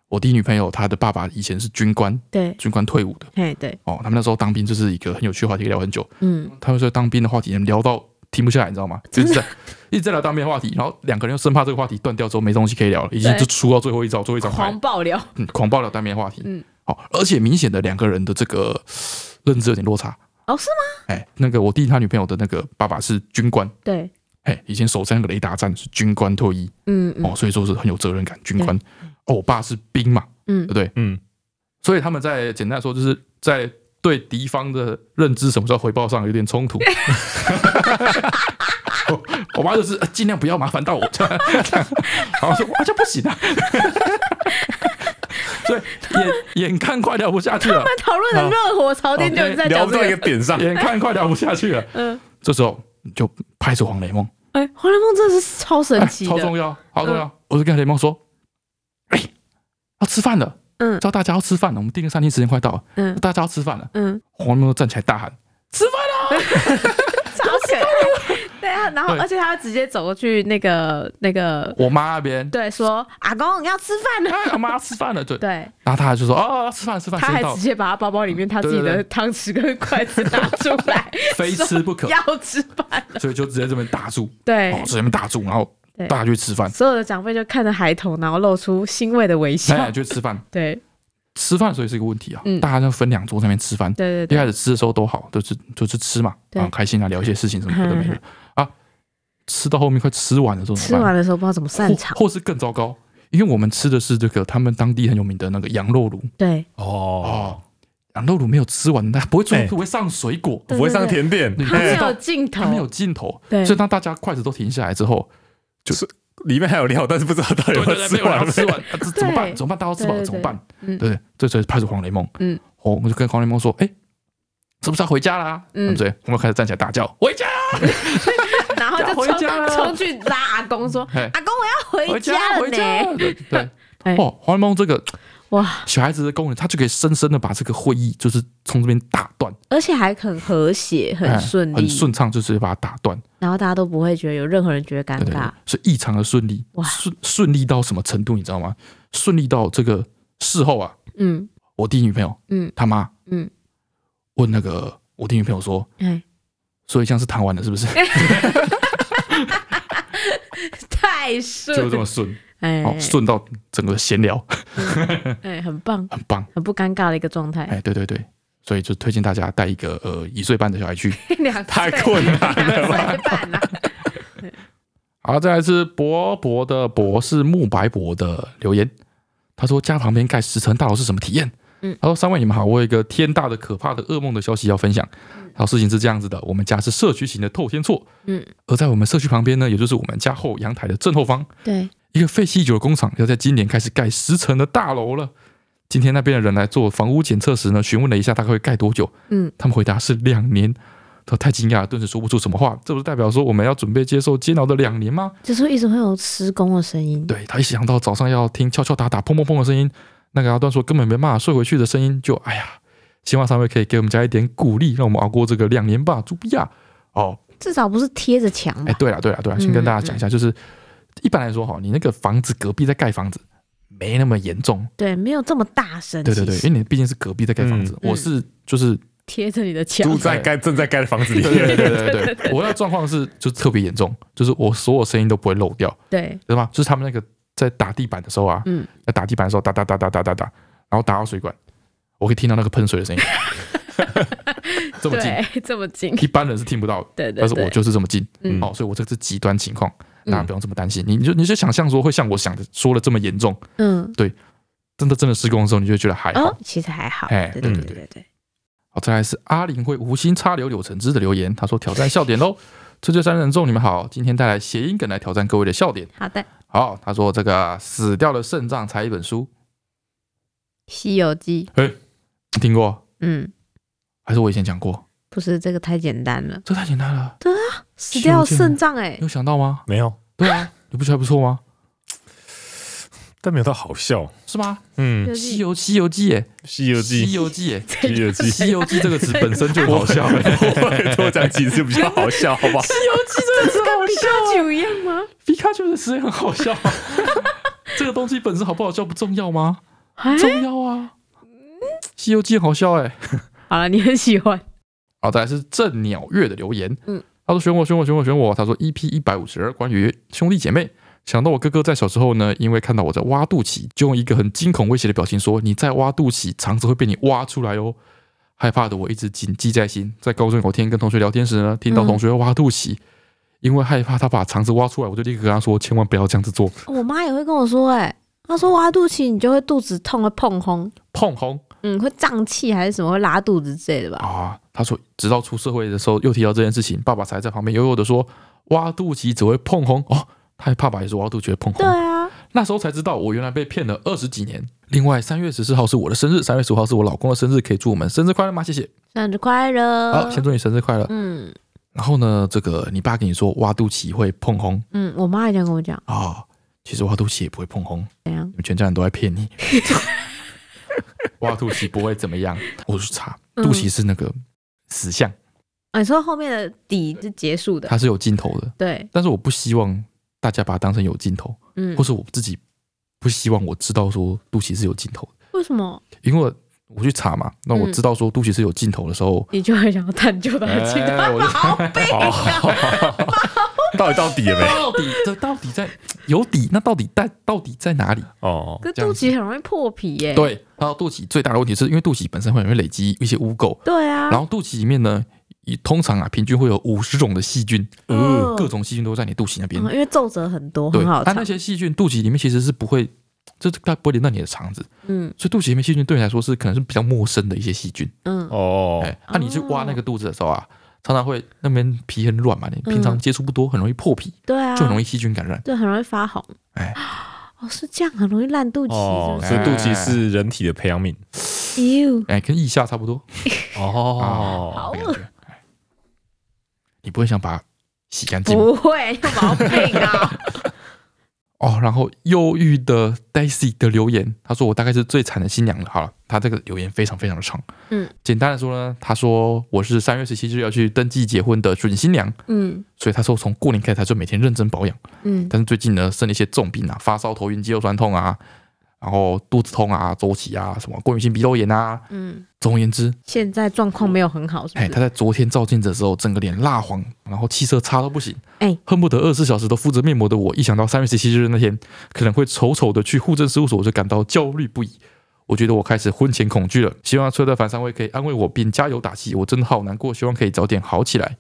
S2: 我弟女朋友她的爸爸以前是军官，
S1: 嗯对，
S2: 军官退伍的
S1: 嘿，对，
S2: 哦，他们那时候当兵就是一个很有趣的话题，可以聊很久。
S1: 嗯，
S2: 他们说当兵的话题聊到停不下来，你知道吗？
S1: 真
S2: 就一
S1: 的
S2: 直在一直在聊当兵的话题，然后两个人又生怕这个话题断掉之后没东西可以聊了，已经
S1: 对
S2: 就出到最后一招，最后一张牌
S1: 狂，爆料，
S2: 嗯，狂爆聊当兵的话题。
S1: 嗯，
S2: 好，而且明显的两个人的这个嘶认知有点落差。
S1: 哦，是吗？
S2: 哎，那个我弟他女朋友的那个爸爸是军官，
S1: 对，
S2: 哎，以前守在那个雷达站是军官退役
S1: 嗯嗯
S2: 哦，所以说是很有责任感，军官。哦，我爸是兵嘛，对
S1: 嗯
S2: 不，对？
S3: 嗯，
S2: 所以他们在简单来说，就是在对敌方的认知什么叫回报上有点冲
S1: [laughs]
S2: 突。我我妈就是呃尽量不要麻烦到我，这样这样然后说哇这不行
S1: [laughs]
S2: 啊，所以眼眼看快聊不下去
S1: [laughs]
S2: 了，
S1: 那讨论的热火朝天就是在
S3: 哦聊
S1: 讲
S3: 不到一
S1: 这
S3: 个
S1: 个，
S3: 点上，
S2: 眼看快聊不下去了，
S1: 嗯，
S2: 这时候就拍出黄雷梦，
S1: 哎，黄连梦真的是超神
S2: 哎
S1: 奇
S2: [laughs] 超重
S1: 的，嗯
S2: 要，好重要，我就跟雷梦说，哎，要吃饭了，
S1: 嗯
S2: 叫大家要吃饭了，我们定个餐厅时间快到了，
S1: 嗯
S2: 大家要吃饭了，
S1: 嗯，
S2: 黄雷梦站起来大喊。
S1: 超可爱，对啊，然后
S2: 对
S1: 而且他直接走过去那个那个，
S2: 我妈那边，
S1: 对，说阿公你要吃饭
S2: [laughs]
S1: 了，
S2: 哎，我妈吃饭了，对，
S1: 对，
S2: 然后她就说，哦，吃饭吃饭，
S1: 他
S2: 时
S1: 还
S2: 间到了
S1: 直，接把他包包里面他自己
S2: 对
S1: 的
S2: 对对
S1: 汤匙跟筷子拿出来，
S2: [laughs] 非吃不可，
S1: 要吃饭了， [laughs]
S2: 所以就直接这边打住，
S1: 对
S2: 哦，，直接这边打住，然后
S1: 对
S2: 大家去吃饭，
S1: 所有的长辈就看着孩童，然后露出欣慰的微笑
S2: 哎，。去吃饭，
S1: 对
S2: 吃饭所以是一个问题啊
S1: 啊嗯，
S2: 大家就分两桌在那边吃饭，
S1: 对对
S2: 一开
S1: 对，
S2: 始吃的时候都好，就是就是吃嘛，
S1: 对
S2: 啊，开心啊，聊一些事情什么的都没
S1: 嗯
S2: 有啊，吃到后面快吃完的时候
S1: 吃
S2: 怎么
S1: 完
S2: 办？
S1: 的时候不知道怎么散场。
S2: 或或是更糟糕，因为我们吃的是这个他们当地很有名的那个羊肉炉
S1: 对，
S3: 哦，
S2: 哦，羊肉炉没有吃完，那不会最后
S3: 哎
S2: 不会上水果，
S1: 对
S3: 不会上甜点，
S1: 它没
S3: 哎
S1: 有尽
S2: 它
S1: 头，
S2: 没有尽头，
S1: 对
S2: 所以当大家筷子都停下来之后，
S3: 里面还有料，但是不知道到底有
S2: 对对
S3: 没有
S2: 对，
S3: 吃
S2: 没有人
S3: 完
S2: 要。吃完，啊这怎么办？怎么办？大家都吃饱了
S1: 对对
S2: 怎么办？
S1: 嗯
S2: 对对，这时候派出黄雷梦，
S1: 嗯，
S2: 哦，我们就跟黄雷梦说，哎，是不是要回家啦？
S1: 嗯
S2: 嗯，对，我们开始站起来大叫，回家，
S1: 然后就
S2: 回
S1: 冲
S2: 家了
S1: 冲去拉阿公说：“
S2: 嘿
S1: 阿公，我要
S2: 回
S1: 回家了
S2: 回家
S1: 呢，
S2: 对对。
S1: [laughs] 哎
S2: 哦，黄雷梦这个！”
S1: 哇，
S2: 小孩子的功能，他就可以深深的把这个会议就是从这边打断，
S1: 而且还很和谐，
S2: 哎
S1: 很顺利
S2: 很，顺畅，就直接把它打断。
S1: 然后大家都不会觉得有任何人觉得尴
S2: 对对对
S1: 尬，，
S2: 是异常的顺利，
S1: 哇
S2: 顺顺利到什么程度，你知道吗？顺利到这个事后啊，
S1: 嗯
S2: 我弟女朋友
S1: 嗯
S2: 他妈
S1: 嗯，
S2: 问那个我弟女朋友说，
S1: 哎，
S2: 所以像是谈完了是不是？
S1: [laughs] 太
S2: 就
S1: 顺
S2: 这
S1: 了，
S2: 么顺，
S1: [laughs] 哎
S2: 哦，顺到整个闲聊
S1: 哎，很棒，
S2: 很棒，
S1: 很不尴尬的一个状态，
S2: 哎，对对对，所以就推荐大家带一个呃一岁半的小孩去。
S1: [laughs] 两
S3: 太困难
S1: 了，两岁半了，
S2: 好，再来是博博的博是慕白博的留言，他说家旁边盖十层大楼是什么体验？
S1: 嗯
S2: 他说三位你们好，我有一个天大的可怕的噩梦的消息要分享。然后事情是这样子的，我们家是社区型的透天厝，
S1: 嗯，
S2: 而在我们社区旁边呢，也就是我们家后阳台的正后方，
S1: [laughs] 对，
S2: 一个废弃已久的工厂要在今年开始盖十层的大楼了。今天那边的人来做房屋检测时呢，询问了一下大概会盖多久，
S1: 嗯，
S2: 他们回答是两年。他太惊讶了，顿时说不出什么话。这不是代表说我们要准备接受煎熬的两年吗？
S1: 这时候一直会有施工的声音，
S2: 对他一想到早上要听敲敲打打、砰砰砰的声音，那个阿段说根本没办法睡回去的声音，就哎呀，希望三位可以给我们家一点鼓励，让我们熬过这个两年吧，猪比亚。哦，
S1: 至少不是贴着墙
S2: 哎，
S1: 吧？
S2: 对了对了对了，先跟大家讲一下，就是一般来说哈，你那个房子隔壁在盖房子，没那么严重。
S1: 对，没有这么大声，
S2: 对对对，
S1: 其
S2: 因
S1: 实
S2: 为你毕竟是隔壁在盖房子，
S1: 嗯
S2: 我是就是
S1: 贴着你的墙
S3: 住，在盖正在盖的房子里
S2: 对对
S3: 面，
S2: 对对
S1: [laughs]
S2: 对对，我那状况是就是特别严重，就是我所有声音都不会漏掉。
S1: 对，
S2: 对吧？就是他们那个在打地板的时候啊，
S1: 嗯
S2: 在打地板的时候打打打打打打打，然后打到水管，我可以听到那个喷水
S1: [laughs]
S2: 的声音，这么近，
S1: 对， [laughs] 这么近，
S2: 一般人是听不到的，
S1: 对对，
S2: 但是我
S1: 对
S2: 就是这么近，
S1: 嗯
S2: 哦，所以我这个是极端情况，
S1: 嗯
S2: 大家不用这么担心，你你就你就想象说会像我想的说的这么严重，
S1: 嗯，
S2: 真的真的施工的时候，你就会觉得还好。
S1: 哦，其实还好，
S2: 哎
S1: 对
S2: 对
S1: 对
S2: 对
S1: 对对，
S2: 好，再来是阿林会无心插柳柳橙汁的留言，他说挑战笑点 [laughs] 喽，吹吹三人众你们好，今天带来谐音梗来挑战各位的笑点。
S1: 好的，《
S2: 好，他说这个死掉的肾脏才一本书，
S1: 西游记》，
S2: 你听过？
S1: 嗯，
S2: 还是我以前讲过，
S1: 不是这个太简单了，
S2: 这太简单了，
S1: 死掉肾脏哎
S2: 你，有想到吗？
S3: 没有，
S2: 对啊，你不觉得还不错吗？
S3: 但没有到好笑。
S2: 是吗？
S3: 嗯，《
S1: 就
S2: [laughs] 西
S1: 是
S2: 游西游记耶，
S3: 西游记
S2: 西》游记耶，
S3: 《 [laughs] 西游记》
S2: 西游记这个词本身就好 [laughs] 笑。
S3: 我多讲几次比较好笑，好不好？
S1: 跟皮卡丘一样吗？
S2: [laughs] 皮卡丘的词也很好笑 [laughs] 啊，这个东西本身好不好笑不重要吗？
S1: 哎，
S2: [laughs] 重要啊！西游记很好笑哎。
S1: 好了，你很喜欢，
S2: 好，再来是郑鸟月的留言，
S1: 嗯
S2: 他说选我选我选我选我，他说 EP 一百五十二关于兄弟姐妹。想到我哥哥在小时候呢，因为看到我在挖肚脐，就用一个很惊恐威胁的表情说：“你在挖肚脐，肠子会被你挖出来哦。”害怕的我一直谨记在心。在高中有天跟同学聊天时呢，听到同学挖肚脐，因为害怕他把肠子挖出来，我就立刻跟他说：“千万不要这样子做，
S1: 我妈也会跟我说，哎，她说挖肚脐你就会肚子痛，会碰红，
S2: 碰红
S1: 嗯，会胀气还是什么，会拉肚子之类的吧？
S2: 啊！”他说，直到出社会的时候又提到这件事情，爸爸才在旁边悠悠的说：“挖肚脐只会碰红哦。”他爸爸也说挖肚脐会碰红
S1: 对。啊，
S2: 那时候才知道，我原来被骗了二十几年。另外，三月十四号是我的生日，三月十五号是我老公的生日，可以祝我们生日快乐吗？谢谢。
S1: 生日快乐！
S2: 好，先祝你生日快乐。
S1: 嗯
S2: 然后呢，这个你爸跟你说挖肚脐会碰红
S1: 嗯，我妈也这样跟我讲，
S2: 啊、其实挖肚脐也不会碰红，
S1: 怎样
S2: 你？们全家人都在骗
S1: [laughs]
S2: 你。挖肚脐不会怎么样，我去查，
S1: 嗯
S2: 肚脐是那个死相，
S1: 啊，你说后面的底是结束的，
S2: 它是有尽头的。
S1: 对，
S2: 但是我不希望大家把它当成有尽头，
S1: 嗯
S2: 或，是我自己不希望我知道说肚脐是有尽头的。
S1: 为什么
S2: 因为我我去查嘛，那我知道说肚脐是有尽头的时候，
S1: 你就会想要探究到底？
S2: 哎我就
S1: 毛病啊！
S3: 到底到底了没？
S2: 到底这到底在有底，那到底在到底在哪里？
S3: 哦，
S1: 可是
S2: 这样
S1: 肚
S2: 子
S1: 脐很容易破皮耶、
S2: 对，然后肚脐最大的问题是因为肚脐本身会容易累积一些污垢，
S1: 对啊，
S2: 然后肚脐里面呢，以通常啊平均会有五十种的细菌，
S1: 嗯
S2: 各种细菌都在你肚脐那边
S1: 嗯。因为皱褶很多，
S2: 对，
S1: 很好
S2: 它
S1: 查
S2: 那。些细菌肚脐里面其实是不会这它不会连到你的肠子，
S1: 嗯
S2: 所以肚脐炎性菌对你来说是可能是比较陌生的一些细菌。
S1: 嗯
S3: 哦
S2: 哎、那、你去挖那个肚子的时候啊，常常会那边皮很软嘛，你平常接触不多，很容易破皮，
S1: 对嗯啊，
S2: 就很容易细菌感染。
S1: 对，很容易发红。
S2: 哎
S1: 哦，是这样，很容易烂肚
S3: 哦
S1: 脐，
S3: 所
S1: 是
S3: 以肚脐是人体的培养皿。
S1: 不是。哟，
S2: 哎、跟腋下差不多。
S3: 哦
S1: 好，
S2: 那个感觉哎你不会想把它洗干净吗
S1: 不会有毛病
S2: [laughs]
S1: 啊！
S2: 哦。然后忧郁的 Daisy 的留言，他说我大概是最惨的新娘了。好了，他这个留言非常非常的长。
S1: 嗯，
S2: 简单的说呢，他说我是三月十七日要去登记结婚的准新娘，
S1: 嗯
S2: 所以他说从过年开始他就每天认真保养，
S1: 嗯
S2: 但是最近呢生了一些重病啊，发烧、头晕、肌肉酸痛啊，然后肚子痛啊、周期啊、什么过敏性鼻窦炎啊。
S1: 嗯，
S2: 总而言之，
S1: 现在状况没有很好，是不
S2: 哎，
S1: 是？
S2: 他在昨天照镜子的时候，整个脸蜡黄，然后气色差到不行。
S1: 哎
S2: 恨不得二十四小时都敷着面膜的我，一想到三月十七日那天可能会丑丑的去户政事务所，我就感到焦虑不已。我觉得我开始婚前恐惧了。希望崔德凡三位可以安慰我并加油打气。我真的好难过，希望可以早点好起来。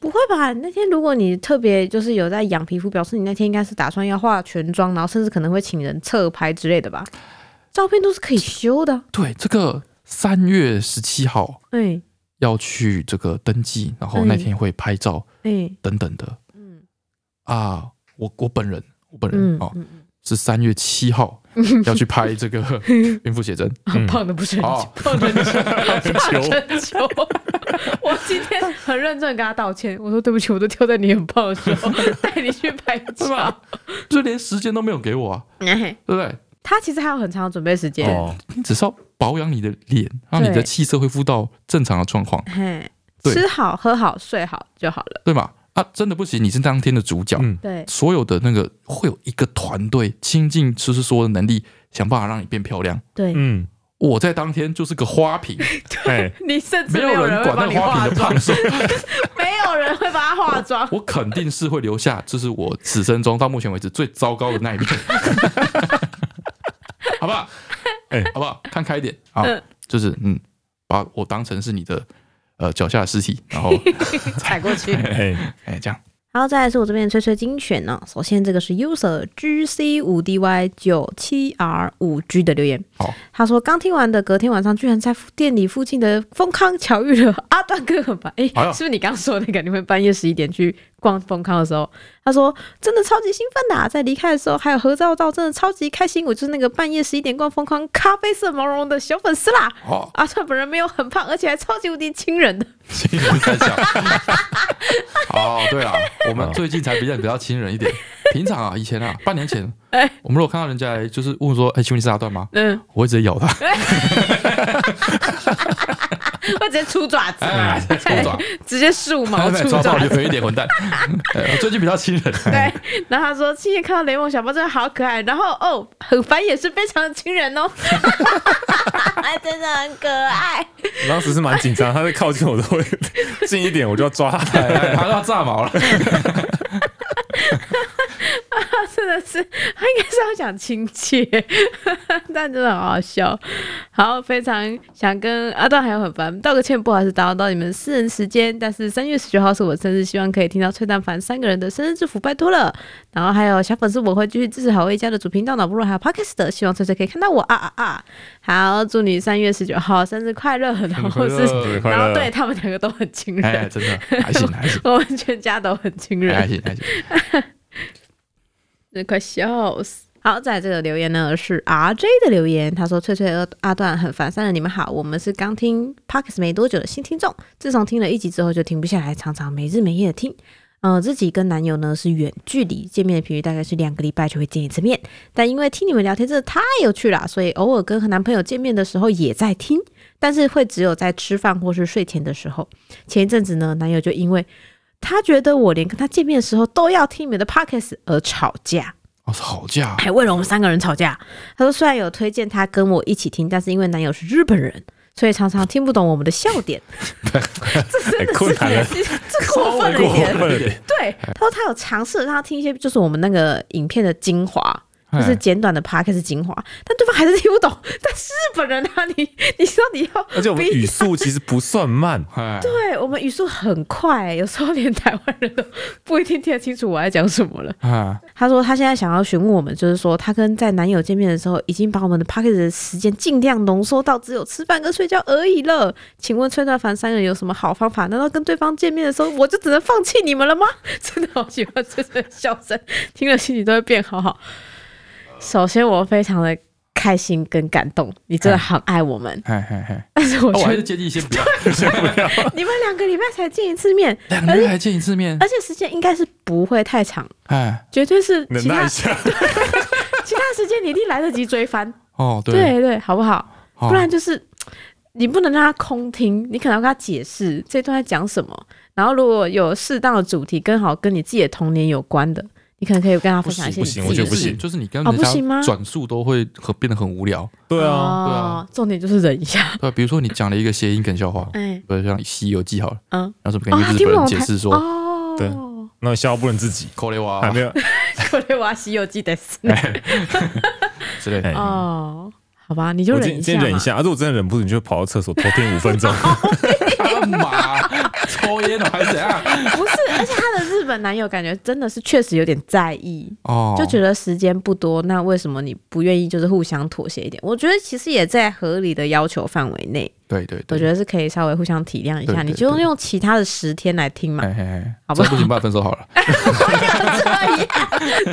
S1: 不会吧？那天如果你特别就是有在养皮肤，表示你那天应该是打算要化全妆，然后甚至可能会请人侧拍之类的吧？照片都是可以修的。啊
S2: 对，这个三月十七号
S1: 哎
S2: 要去这个登记，然后那天会拍照
S1: 哎，
S2: 等等的
S1: 嗯
S2: 啊。我我本人，我本人
S1: 嗯
S2: 哦，
S1: 嗯
S2: 是三月
S1: [laughs]
S2: 七号要去拍这个孕妇写真。
S1: 嗯， [laughs] 胖的不是很久
S2: 哦，
S1: 胖的很久，
S3: 很久
S1: 很
S2: [laughs]
S1: 久。我今天很认真地跟他道歉，我说对不起，我都挑在你很胖的时
S2: [laughs]
S1: 候带你去拍
S2: 是吧
S1: 照。
S2: 就连时间都没有给我啊，对不对？
S1: 他其实还有很长的准备时间，
S3: 哦，
S2: 你只是要保养你的脸，让你的气色恢复到正常的状况，
S1: 嘿，
S2: 对
S1: 吃好喝好睡好就好了。
S2: 对吗？啊，真的不行，你是当天的主角，
S3: 嗯，
S1: 对，
S2: 所有的那个会有一个团队倾尽吃吃说的能力，想办法让你变漂亮。
S1: 对，
S3: 嗯，
S2: 我在当天就是个花瓶，
S1: [laughs]
S3: 哎，
S1: 你甚至
S2: 没
S1: 没有
S2: 人
S1: 会
S2: 管那
S1: 帮你
S2: 个花
S1: 化
S2: 瓶的 [laughs]
S1: 妆
S2: 胖，瘦，
S1: 没有人会帮他化妆。
S2: 我肯定是会留下，这是我此生中到目前为止最糟糕的那一面， [laughs] 好不 [laughs] 好？
S3: 哎
S2: 好不好？看开一点啊
S1: 嗯，
S2: 就是嗯，把我当成是你的呃脚下的尸体， [laughs] 然后
S1: 踩过去。
S3: 哎，
S2: 哎这样。
S1: 然后再来是我这边的吹吹精选呢、首先这个是 user gc 五 dy 九七 r 五 g 的留言，
S2: 好
S1: 他说刚听完的，隔天晚上居然在店里附近的丰康巧遇了阿段哥很白，哎、
S2: 哎呦
S1: 是不是你刚说的那个？你们半夜十一点去逛丰康的时候，他说真的超级兴奋呐、在离开的时候还有合照照，真的超级开心。我就是那个半夜十一点逛丰康咖啡色毛绒的小粉丝啦。
S2: 哦，
S1: 阿段本人没有很胖，而且还超级无敌亲人的。
S2: 亲人在想。 [laughs] 哦，对啊，我们最近才比较比较亲人一 [laughs] 点。平常啊，以前啊，半年 [laughs] 前，
S1: 哎
S2: 我们如果看到人家来就是问说：“哎，请问你是阿段吗
S1: 嗯，？”
S2: 我会直接咬他，
S1: [laughs] 会直接出爪子，
S2: 哎，出爪，
S1: 直接竖毛
S2: 哎
S1: 出
S2: 抓
S1: 爪
S2: 到
S1: 子
S2: 就。肥一点，混 [laughs] 蛋。哎最近比较亲人，
S1: 对， [laughs] 然后他说亲眼看到雷蒙小猫真的好可爱，然后哦，很烦也是非常的亲人 [laughs] 哦，哎真的很可爱。
S3: 我当时是蛮紧张，他在靠近我都会近一点，我就要抓他。
S2: 哎哎他都要炸毛 [laughs] 了。
S1: 他真的是，他应该是要讲亲切， [laughs] 但真的好好笑。好，非常想跟阿段还有很烦道个歉，不好意思打扰到你们私人时间，但是三月十九号是我生日，希望可以听到崔蛋凡三个人的生日祝福，拜托了。然后还有小粉丝，我会继续支持好味家的主频道脑部落还有 podcast 的，希望崔崔可以看到我啊啊啊！好，祝你三月十九号生日快乐，然后是，
S2: 生日
S3: 快乐
S1: 然后对他们两个都很亲
S2: 哎，
S1: 人，
S2: 真的还行，还行，
S1: 我们全家都很亲人
S2: 哎。还行，还行。
S1: 那快笑死。好，在这个留言呢是 R J 的留言，他说：“翠翠阿阿段很烦，三人你们好，我们是刚听 Parkes 没多久的新听众，自从听了一集之后就停不下来，常常没日没夜的听。呃，自己跟男友呢是远距离见面的频率，大概是两个礼拜就会见一次面。但因为听你们聊天真的太有趣了，所以偶尔跟和男朋友见面的时候也在听，但是会只有在吃饭或是睡前的时候。前一阵子呢，男友就因为他觉得我连跟他见面的时候都要听你们的 Parkes 而吵架。”
S2: 哦，吵架
S1: 还为了我们三个人吵架。他说虽然有推荐他跟我一起听，但是因为男友是日本人，所以常常听不懂我们的笑点。 [laughs]
S3: 哎，困难了，
S1: 这过分了一
S3: 过
S1: 点。
S3: 分了点。
S1: 对，他说他有尝试让他听一些，就是我们那个影片的精华，就
S2: 哎
S1: 是简短的 p a r k 是精华，但对方还是听不懂。但是日本人啊，你你知道你要，
S3: [laughs] 而且我们语速其实不算 [laughs] 慢，
S2: 哎，
S1: 对我们语速很快、欸有时候连台湾人都不一定听得清楚我在讲什么了。
S2: 哎，
S1: 他说他现在想要询问我们，就是说他跟在男友见面的时候，已经把我们的 p a c k a g e 的时间尽量浓缩到只有吃饭跟睡觉而已了。请问崔段凡三人有什么好方法？难道跟对方见面的时候我就只能放弃你们了吗？ [laughs] 真的好喜欢崔的笑声，听了心情都会变好好。首先，我非常的开心跟感动，你真的很爱我
S2: [laughs]
S1: 们。
S2: 哎，哎，哎，
S1: 但是我
S2: 哦我
S1: 觉
S2: 还
S1: 得
S2: 是建议先不要，
S1: 你们两个礼拜才见一次面，
S2: [laughs] 两个月还见一次面，
S1: 而且时间应该是不会太长，
S2: 哎，
S1: 绝对是
S3: 忍
S1: 其
S3: 耐
S1: 他
S3: 一下。
S1: 其他时间你一定来得及追番。
S2: 哦，对，哦
S1: 对对，好不好？
S2: 好
S3: 哦
S1: 不然就是你不能让他空听，你可能要跟他解释这段在讲什么。然后如果有适当的主题，刚好跟你自己的童年有关的，你可能可以跟他分享一些
S3: 不
S1: 你
S3: 行
S1: 自
S3: 我
S1: 己
S3: 觉
S1: 的
S3: 得不
S1: 事
S3: 行
S2: 就是你跟
S1: 哦
S2: 人
S1: 不行
S2: 家
S1: 吗
S2: 转述都会很变得很无聊，
S3: 对啊，
S2: 对
S1: 哦
S2: 啊，
S1: 重点就是忍一下。
S2: 对啊，比如说你讲了一个谐音梗笑话，
S1: 哎，
S2: 比如像《西游记》好了，
S1: 嗯，
S2: 然后是不是
S1: 哦
S2: 跟，
S1: 他
S2: 日
S1: 听
S2: 本
S1: 不懂
S2: 人
S1: 我
S2: 解
S1: 看
S2: 释
S1: [laughs]
S2: 说
S1: 哦，
S3: 对哎那笑不能自己，
S2: 口雷娃
S3: 还没有
S1: [laughs] これは西游记ですね
S2: 之类的 [laughs]
S3: 哎。
S1: 哦，好吧，你就
S3: 我
S1: 忍
S3: 今
S1: 一下
S3: 今天
S1: 嘛。
S3: 忍一下， [laughs] 而且我真的忍不住，你就跑到厕所偷听五 [laughs] 分钟。
S2: 干嘛？抽烟了还是怎样？
S1: 不是，而且她的日本男友感觉真的是确实有点在意。
S2: 哦，
S1: 就觉得时间不多，那为什么你不愿意就是互相妥协一点？我觉得其实也在合理的要求范围内，
S2: 对对对，
S1: 我觉得是可以稍微互相体谅一
S2: 对
S1: 下。
S2: 对
S1: 你就
S2: 对
S1: 用其他的十天来听嘛，
S2: 哎哎哎，
S1: 好不好
S2: 这不行，不然分手好了。
S1: [laughs]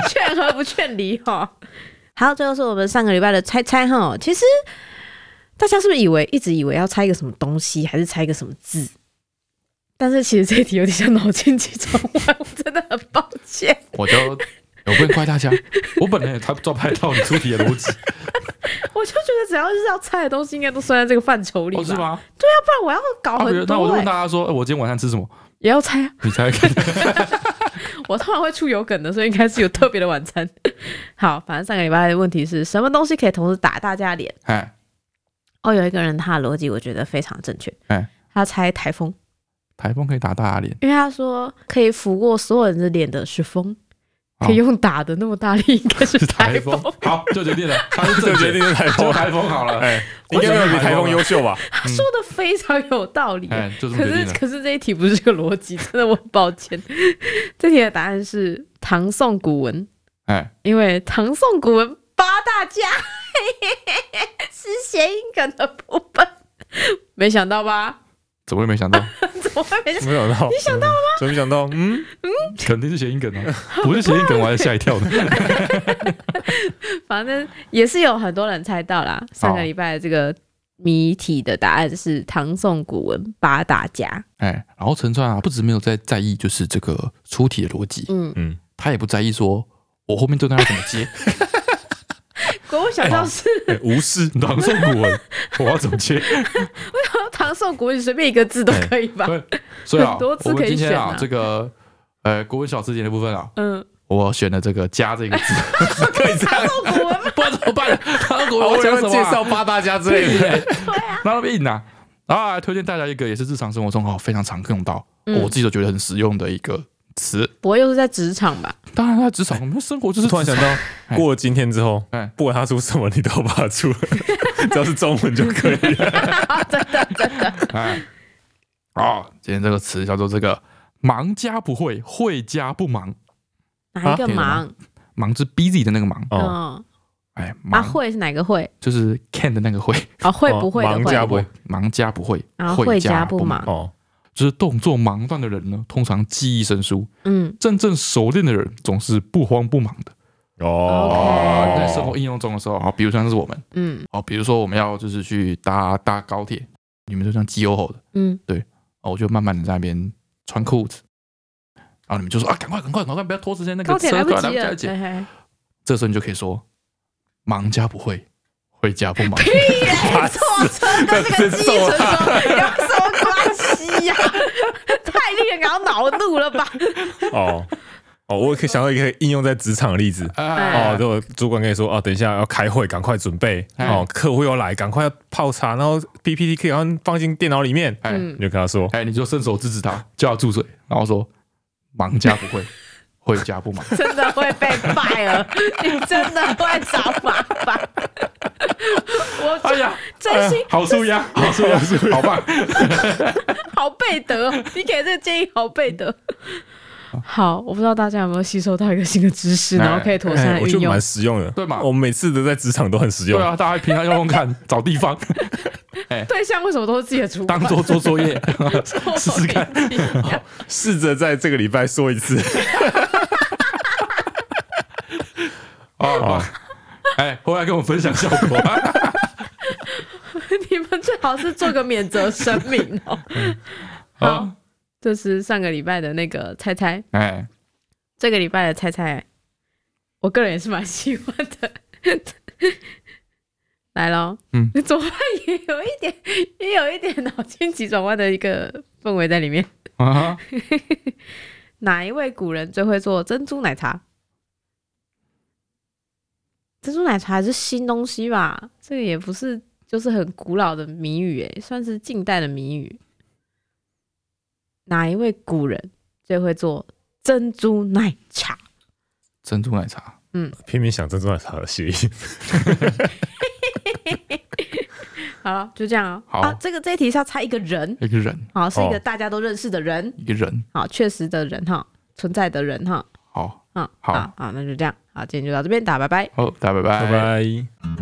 S1: 劝和不劝离哈。还有最后是我们上个礼拜的猜猜哈，其实大家是不是以为一直以为要猜一个什么东西，还是猜一个什么字？但是其实这一题有点像脑筋急转弯，我真的很抱歉。 [laughs]
S2: 我就我不能怪 [laughs] 大家，我本来也猜抓不太到你出题的逻辑，
S1: 我就觉得只要是要猜的东西，应该都算在这个范畴里吧？
S2: 哦是
S1: 不然
S2: 吗？
S1: 我要搞
S2: 啊，比如
S1: 很
S2: 那
S1: 多、
S2: 我就
S1: 欸
S2: 问大家说，哎我今天晚上吃什么？
S1: 也要猜啊。 [laughs]
S2: 你猜 [laughs] 看。
S1: 我通常会出有梗的，所以应该是有特别的晚餐。好，反正上个礼拜的问题是什么东西可以同时打大家脸？
S2: 哎，
S1: 哦，有一个人他的逻辑我觉得非常正确，
S2: 哎
S1: 他猜台风，
S2: 台风可以打大家脸，
S1: 因为他说可以拂过所有人的脸的是风，
S2: 哦
S1: 可以用打的那么大力，
S2: [laughs]
S1: 应该是台风。
S2: 好就决定了，他是
S3: 这
S2: 正确
S3: 决定，是台
S2: [laughs]
S3: [laughs]
S2: 就
S3: 风，
S2: 台风好了。
S3: 哎，应该没有比台风优秀吧？
S1: 他说的非常有道理。
S2: 哎，就这
S1: 可
S2: 么决
S1: 是
S2: 定了。
S1: 可是这一题不是这个逻辑，真的我很抱歉。 [laughs] 这题的答案是唐宋古文，
S2: 哎，
S1: 因为唐宋古文八大家 [laughs] 是谐音梗的部分，没想到吧？
S2: 怎么会没想到？
S1: 怎么会没想到？
S3: [laughs] 没想到，你想到了吗？真没想到，嗯，
S2: 肯定是谐音梗 [laughs] 啊！不是谐音梗，我还是吓一跳的。
S1: 反正也是有很多人猜到啦。上个礼拜的这个谜题的答案是唐宋古文八大家。
S2: 哎，然后陈川啊，不止没有在在意，就是这个出题的逻辑，
S1: 嗯，
S2: 他也不在意说我后面这段要怎么接，
S1: 可我想到是 [laughs]
S3: 哎无视
S2: [laughs] 朗诵古文我要怎么接。
S1: 唐宋古文，随便一个字都可以吧？
S2: [laughs] 对，所以啊，
S1: 很多字
S2: 我们
S1: 可以
S2: 今天
S1: 选
S2: 啊
S1: 啊，
S2: 这个呃国文小词典的部分啊，
S1: 嗯，
S2: 我选了这个“加”这个字，
S3: 可以这样
S1: 唐，宋古文
S2: 不然怎么办？他国文
S3: 我
S2: 我讲
S3: 想要
S2: 什么
S3: 介
S2: 啊？
S3: 绍八大家之类的。
S2: 那那么硬啊！然后还推荐大家一个也是日常生活中哦非常常用到，
S1: 嗯
S2: 我自己都觉得很实用的一个词。
S1: 不会又是在职场吧？
S2: 当然，在职场，我们生活就是
S3: 突然想
S2: 职
S3: 到， [laughs] 过了今天之后
S2: 哎，
S3: 不管他出什么，你都要把它出，只要是中文就可以了。
S2: 场，哎，哦，今天这个词叫做这个“忙家不会，会家不忙
S1: 哪一个
S2: 啊
S1: 忙？”，
S2: 忙是 busy 的那个忙，
S3: 哦，
S1: 嗯，
S2: 哎，
S1: 啊，
S2: 忙
S1: 会是哪个会？
S2: 就是 can 的那个会，
S1: 啊，会不会
S3: 忙
S1: 的
S3: 家
S1: 会？
S3: 不会，
S2: 忙家不会
S1: 然，后
S2: 会
S1: 会家
S2: 不
S1: 不忙。
S3: 哦，
S2: 就是动作忙乱的人呢，通常技艺生疏；
S1: 嗯，
S2: 真正熟练的人总是不慌不忙的。
S1: 哦
S2: 在生活应用中的时候，啊，比如像是我们，
S1: 嗯
S2: 哦，比如说我们要就是去搭搭高铁，你们就像鸡吼吼的，
S1: 嗯，
S2: 哦，我就慢慢的在那边穿裤子，然后你们就说啊，赶快赶快赶快，不要拖时间，那
S1: 高
S2: 个
S1: 铁
S2: 车
S1: 来
S2: 快
S1: 不
S2: 来不
S1: 及
S2: 及
S1: 了。
S2: 了。
S1: 嘿嘿
S2: 这时候你就可以说，忙家不会，回家不忙。
S1: 嘿坐车跟这个记忆成熟有什么关 [laughs] 系呀？太令人感到恼怒了吧？
S3: 哦哦，我可以想到一个应用在职场的例子。
S1: 啊
S2: 哎
S3: 哦，，就主管跟你说啊，等一下要开会，赶快准备
S1: 嗯
S2: 哎
S3: 哦，客户要来，赶快泡茶，然后 PPT 可以然后放进电脑里面，
S2: 哎
S1: 嗯
S3: 你就跟他说，
S2: 哎，你就伸手制止他，叫他住嘴，然后说，忙家不会，回家不买。
S1: 真的会被败了，你真的会找麻 [laughs] 烦。我
S2: [laughs] 哎呀，
S1: 真心
S2: 呃 [laughs] 好舒压，好舒压，好 [laughs] 棒！
S1: 好贝德，你给这个建议好贝德。好，我不知道大家有没有吸收到一个新的知识，然后可以妥善
S3: 哎
S1: 地
S3: 我觉
S1: 运
S3: 得
S1: 用
S3: 蛮。实用的，
S2: 对嘛
S3: 我们每次都在职场都很实
S2: 对
S3: 用。
S2: 啊，大家平常要用看，找地 [laughs] 方
S1: 对象为什么都是自己的主管
S2: 当？做做作 [laughs] 业，啊试试看。
S3: 试着在这个礼拜说一
S2: [laughs]
S3: 次，
S2: 啊，好棒哎，回来跟我分享效 [laughs]
S1: [laughs]
S2: 果。啊
S1: 你们最好是做个免责声明哦。好
S2: 好，，
S1: 这是上个礼拜的那个猜猜，
S2: 哎，
S1: 这个礼拜的猜猜，我个人也是蛮喜欢的。 [laughs] 来喽， [laughs]
S2: 嗯，
S1: 左半也有一点，也有一点脑筋急转弯的一个氛围在里面。
S2: 啊哈，
S1: 哪一位古人最会做珍珠奶茶？珍珠奶茶还是新东西吧？这个也不是，就是很古老的谜语，诶，算是近代的谜语。哪一位古人最会做珍珠奶茶？
S2: 珍珠奶茶，
S3: 偏偏想珍珠奶茶的谐音。
S1: 好了，就这样啊、
S2: 好
S1: 啊，这个这一题是要猜一个人，
S2: 一个人，
S1: 好，是一个
S3: 哦
S1: 大家都认识的人，
S2: 一个人，
S1: 好，确实的人哈，存在的人哈，
S2: 好，
S1: 嗯，
S2: 好
S1: 啊，那就这样，好，今天就到这边，打，拜拜。
S2: 好，大家拜拜，
S3: 拜。拜。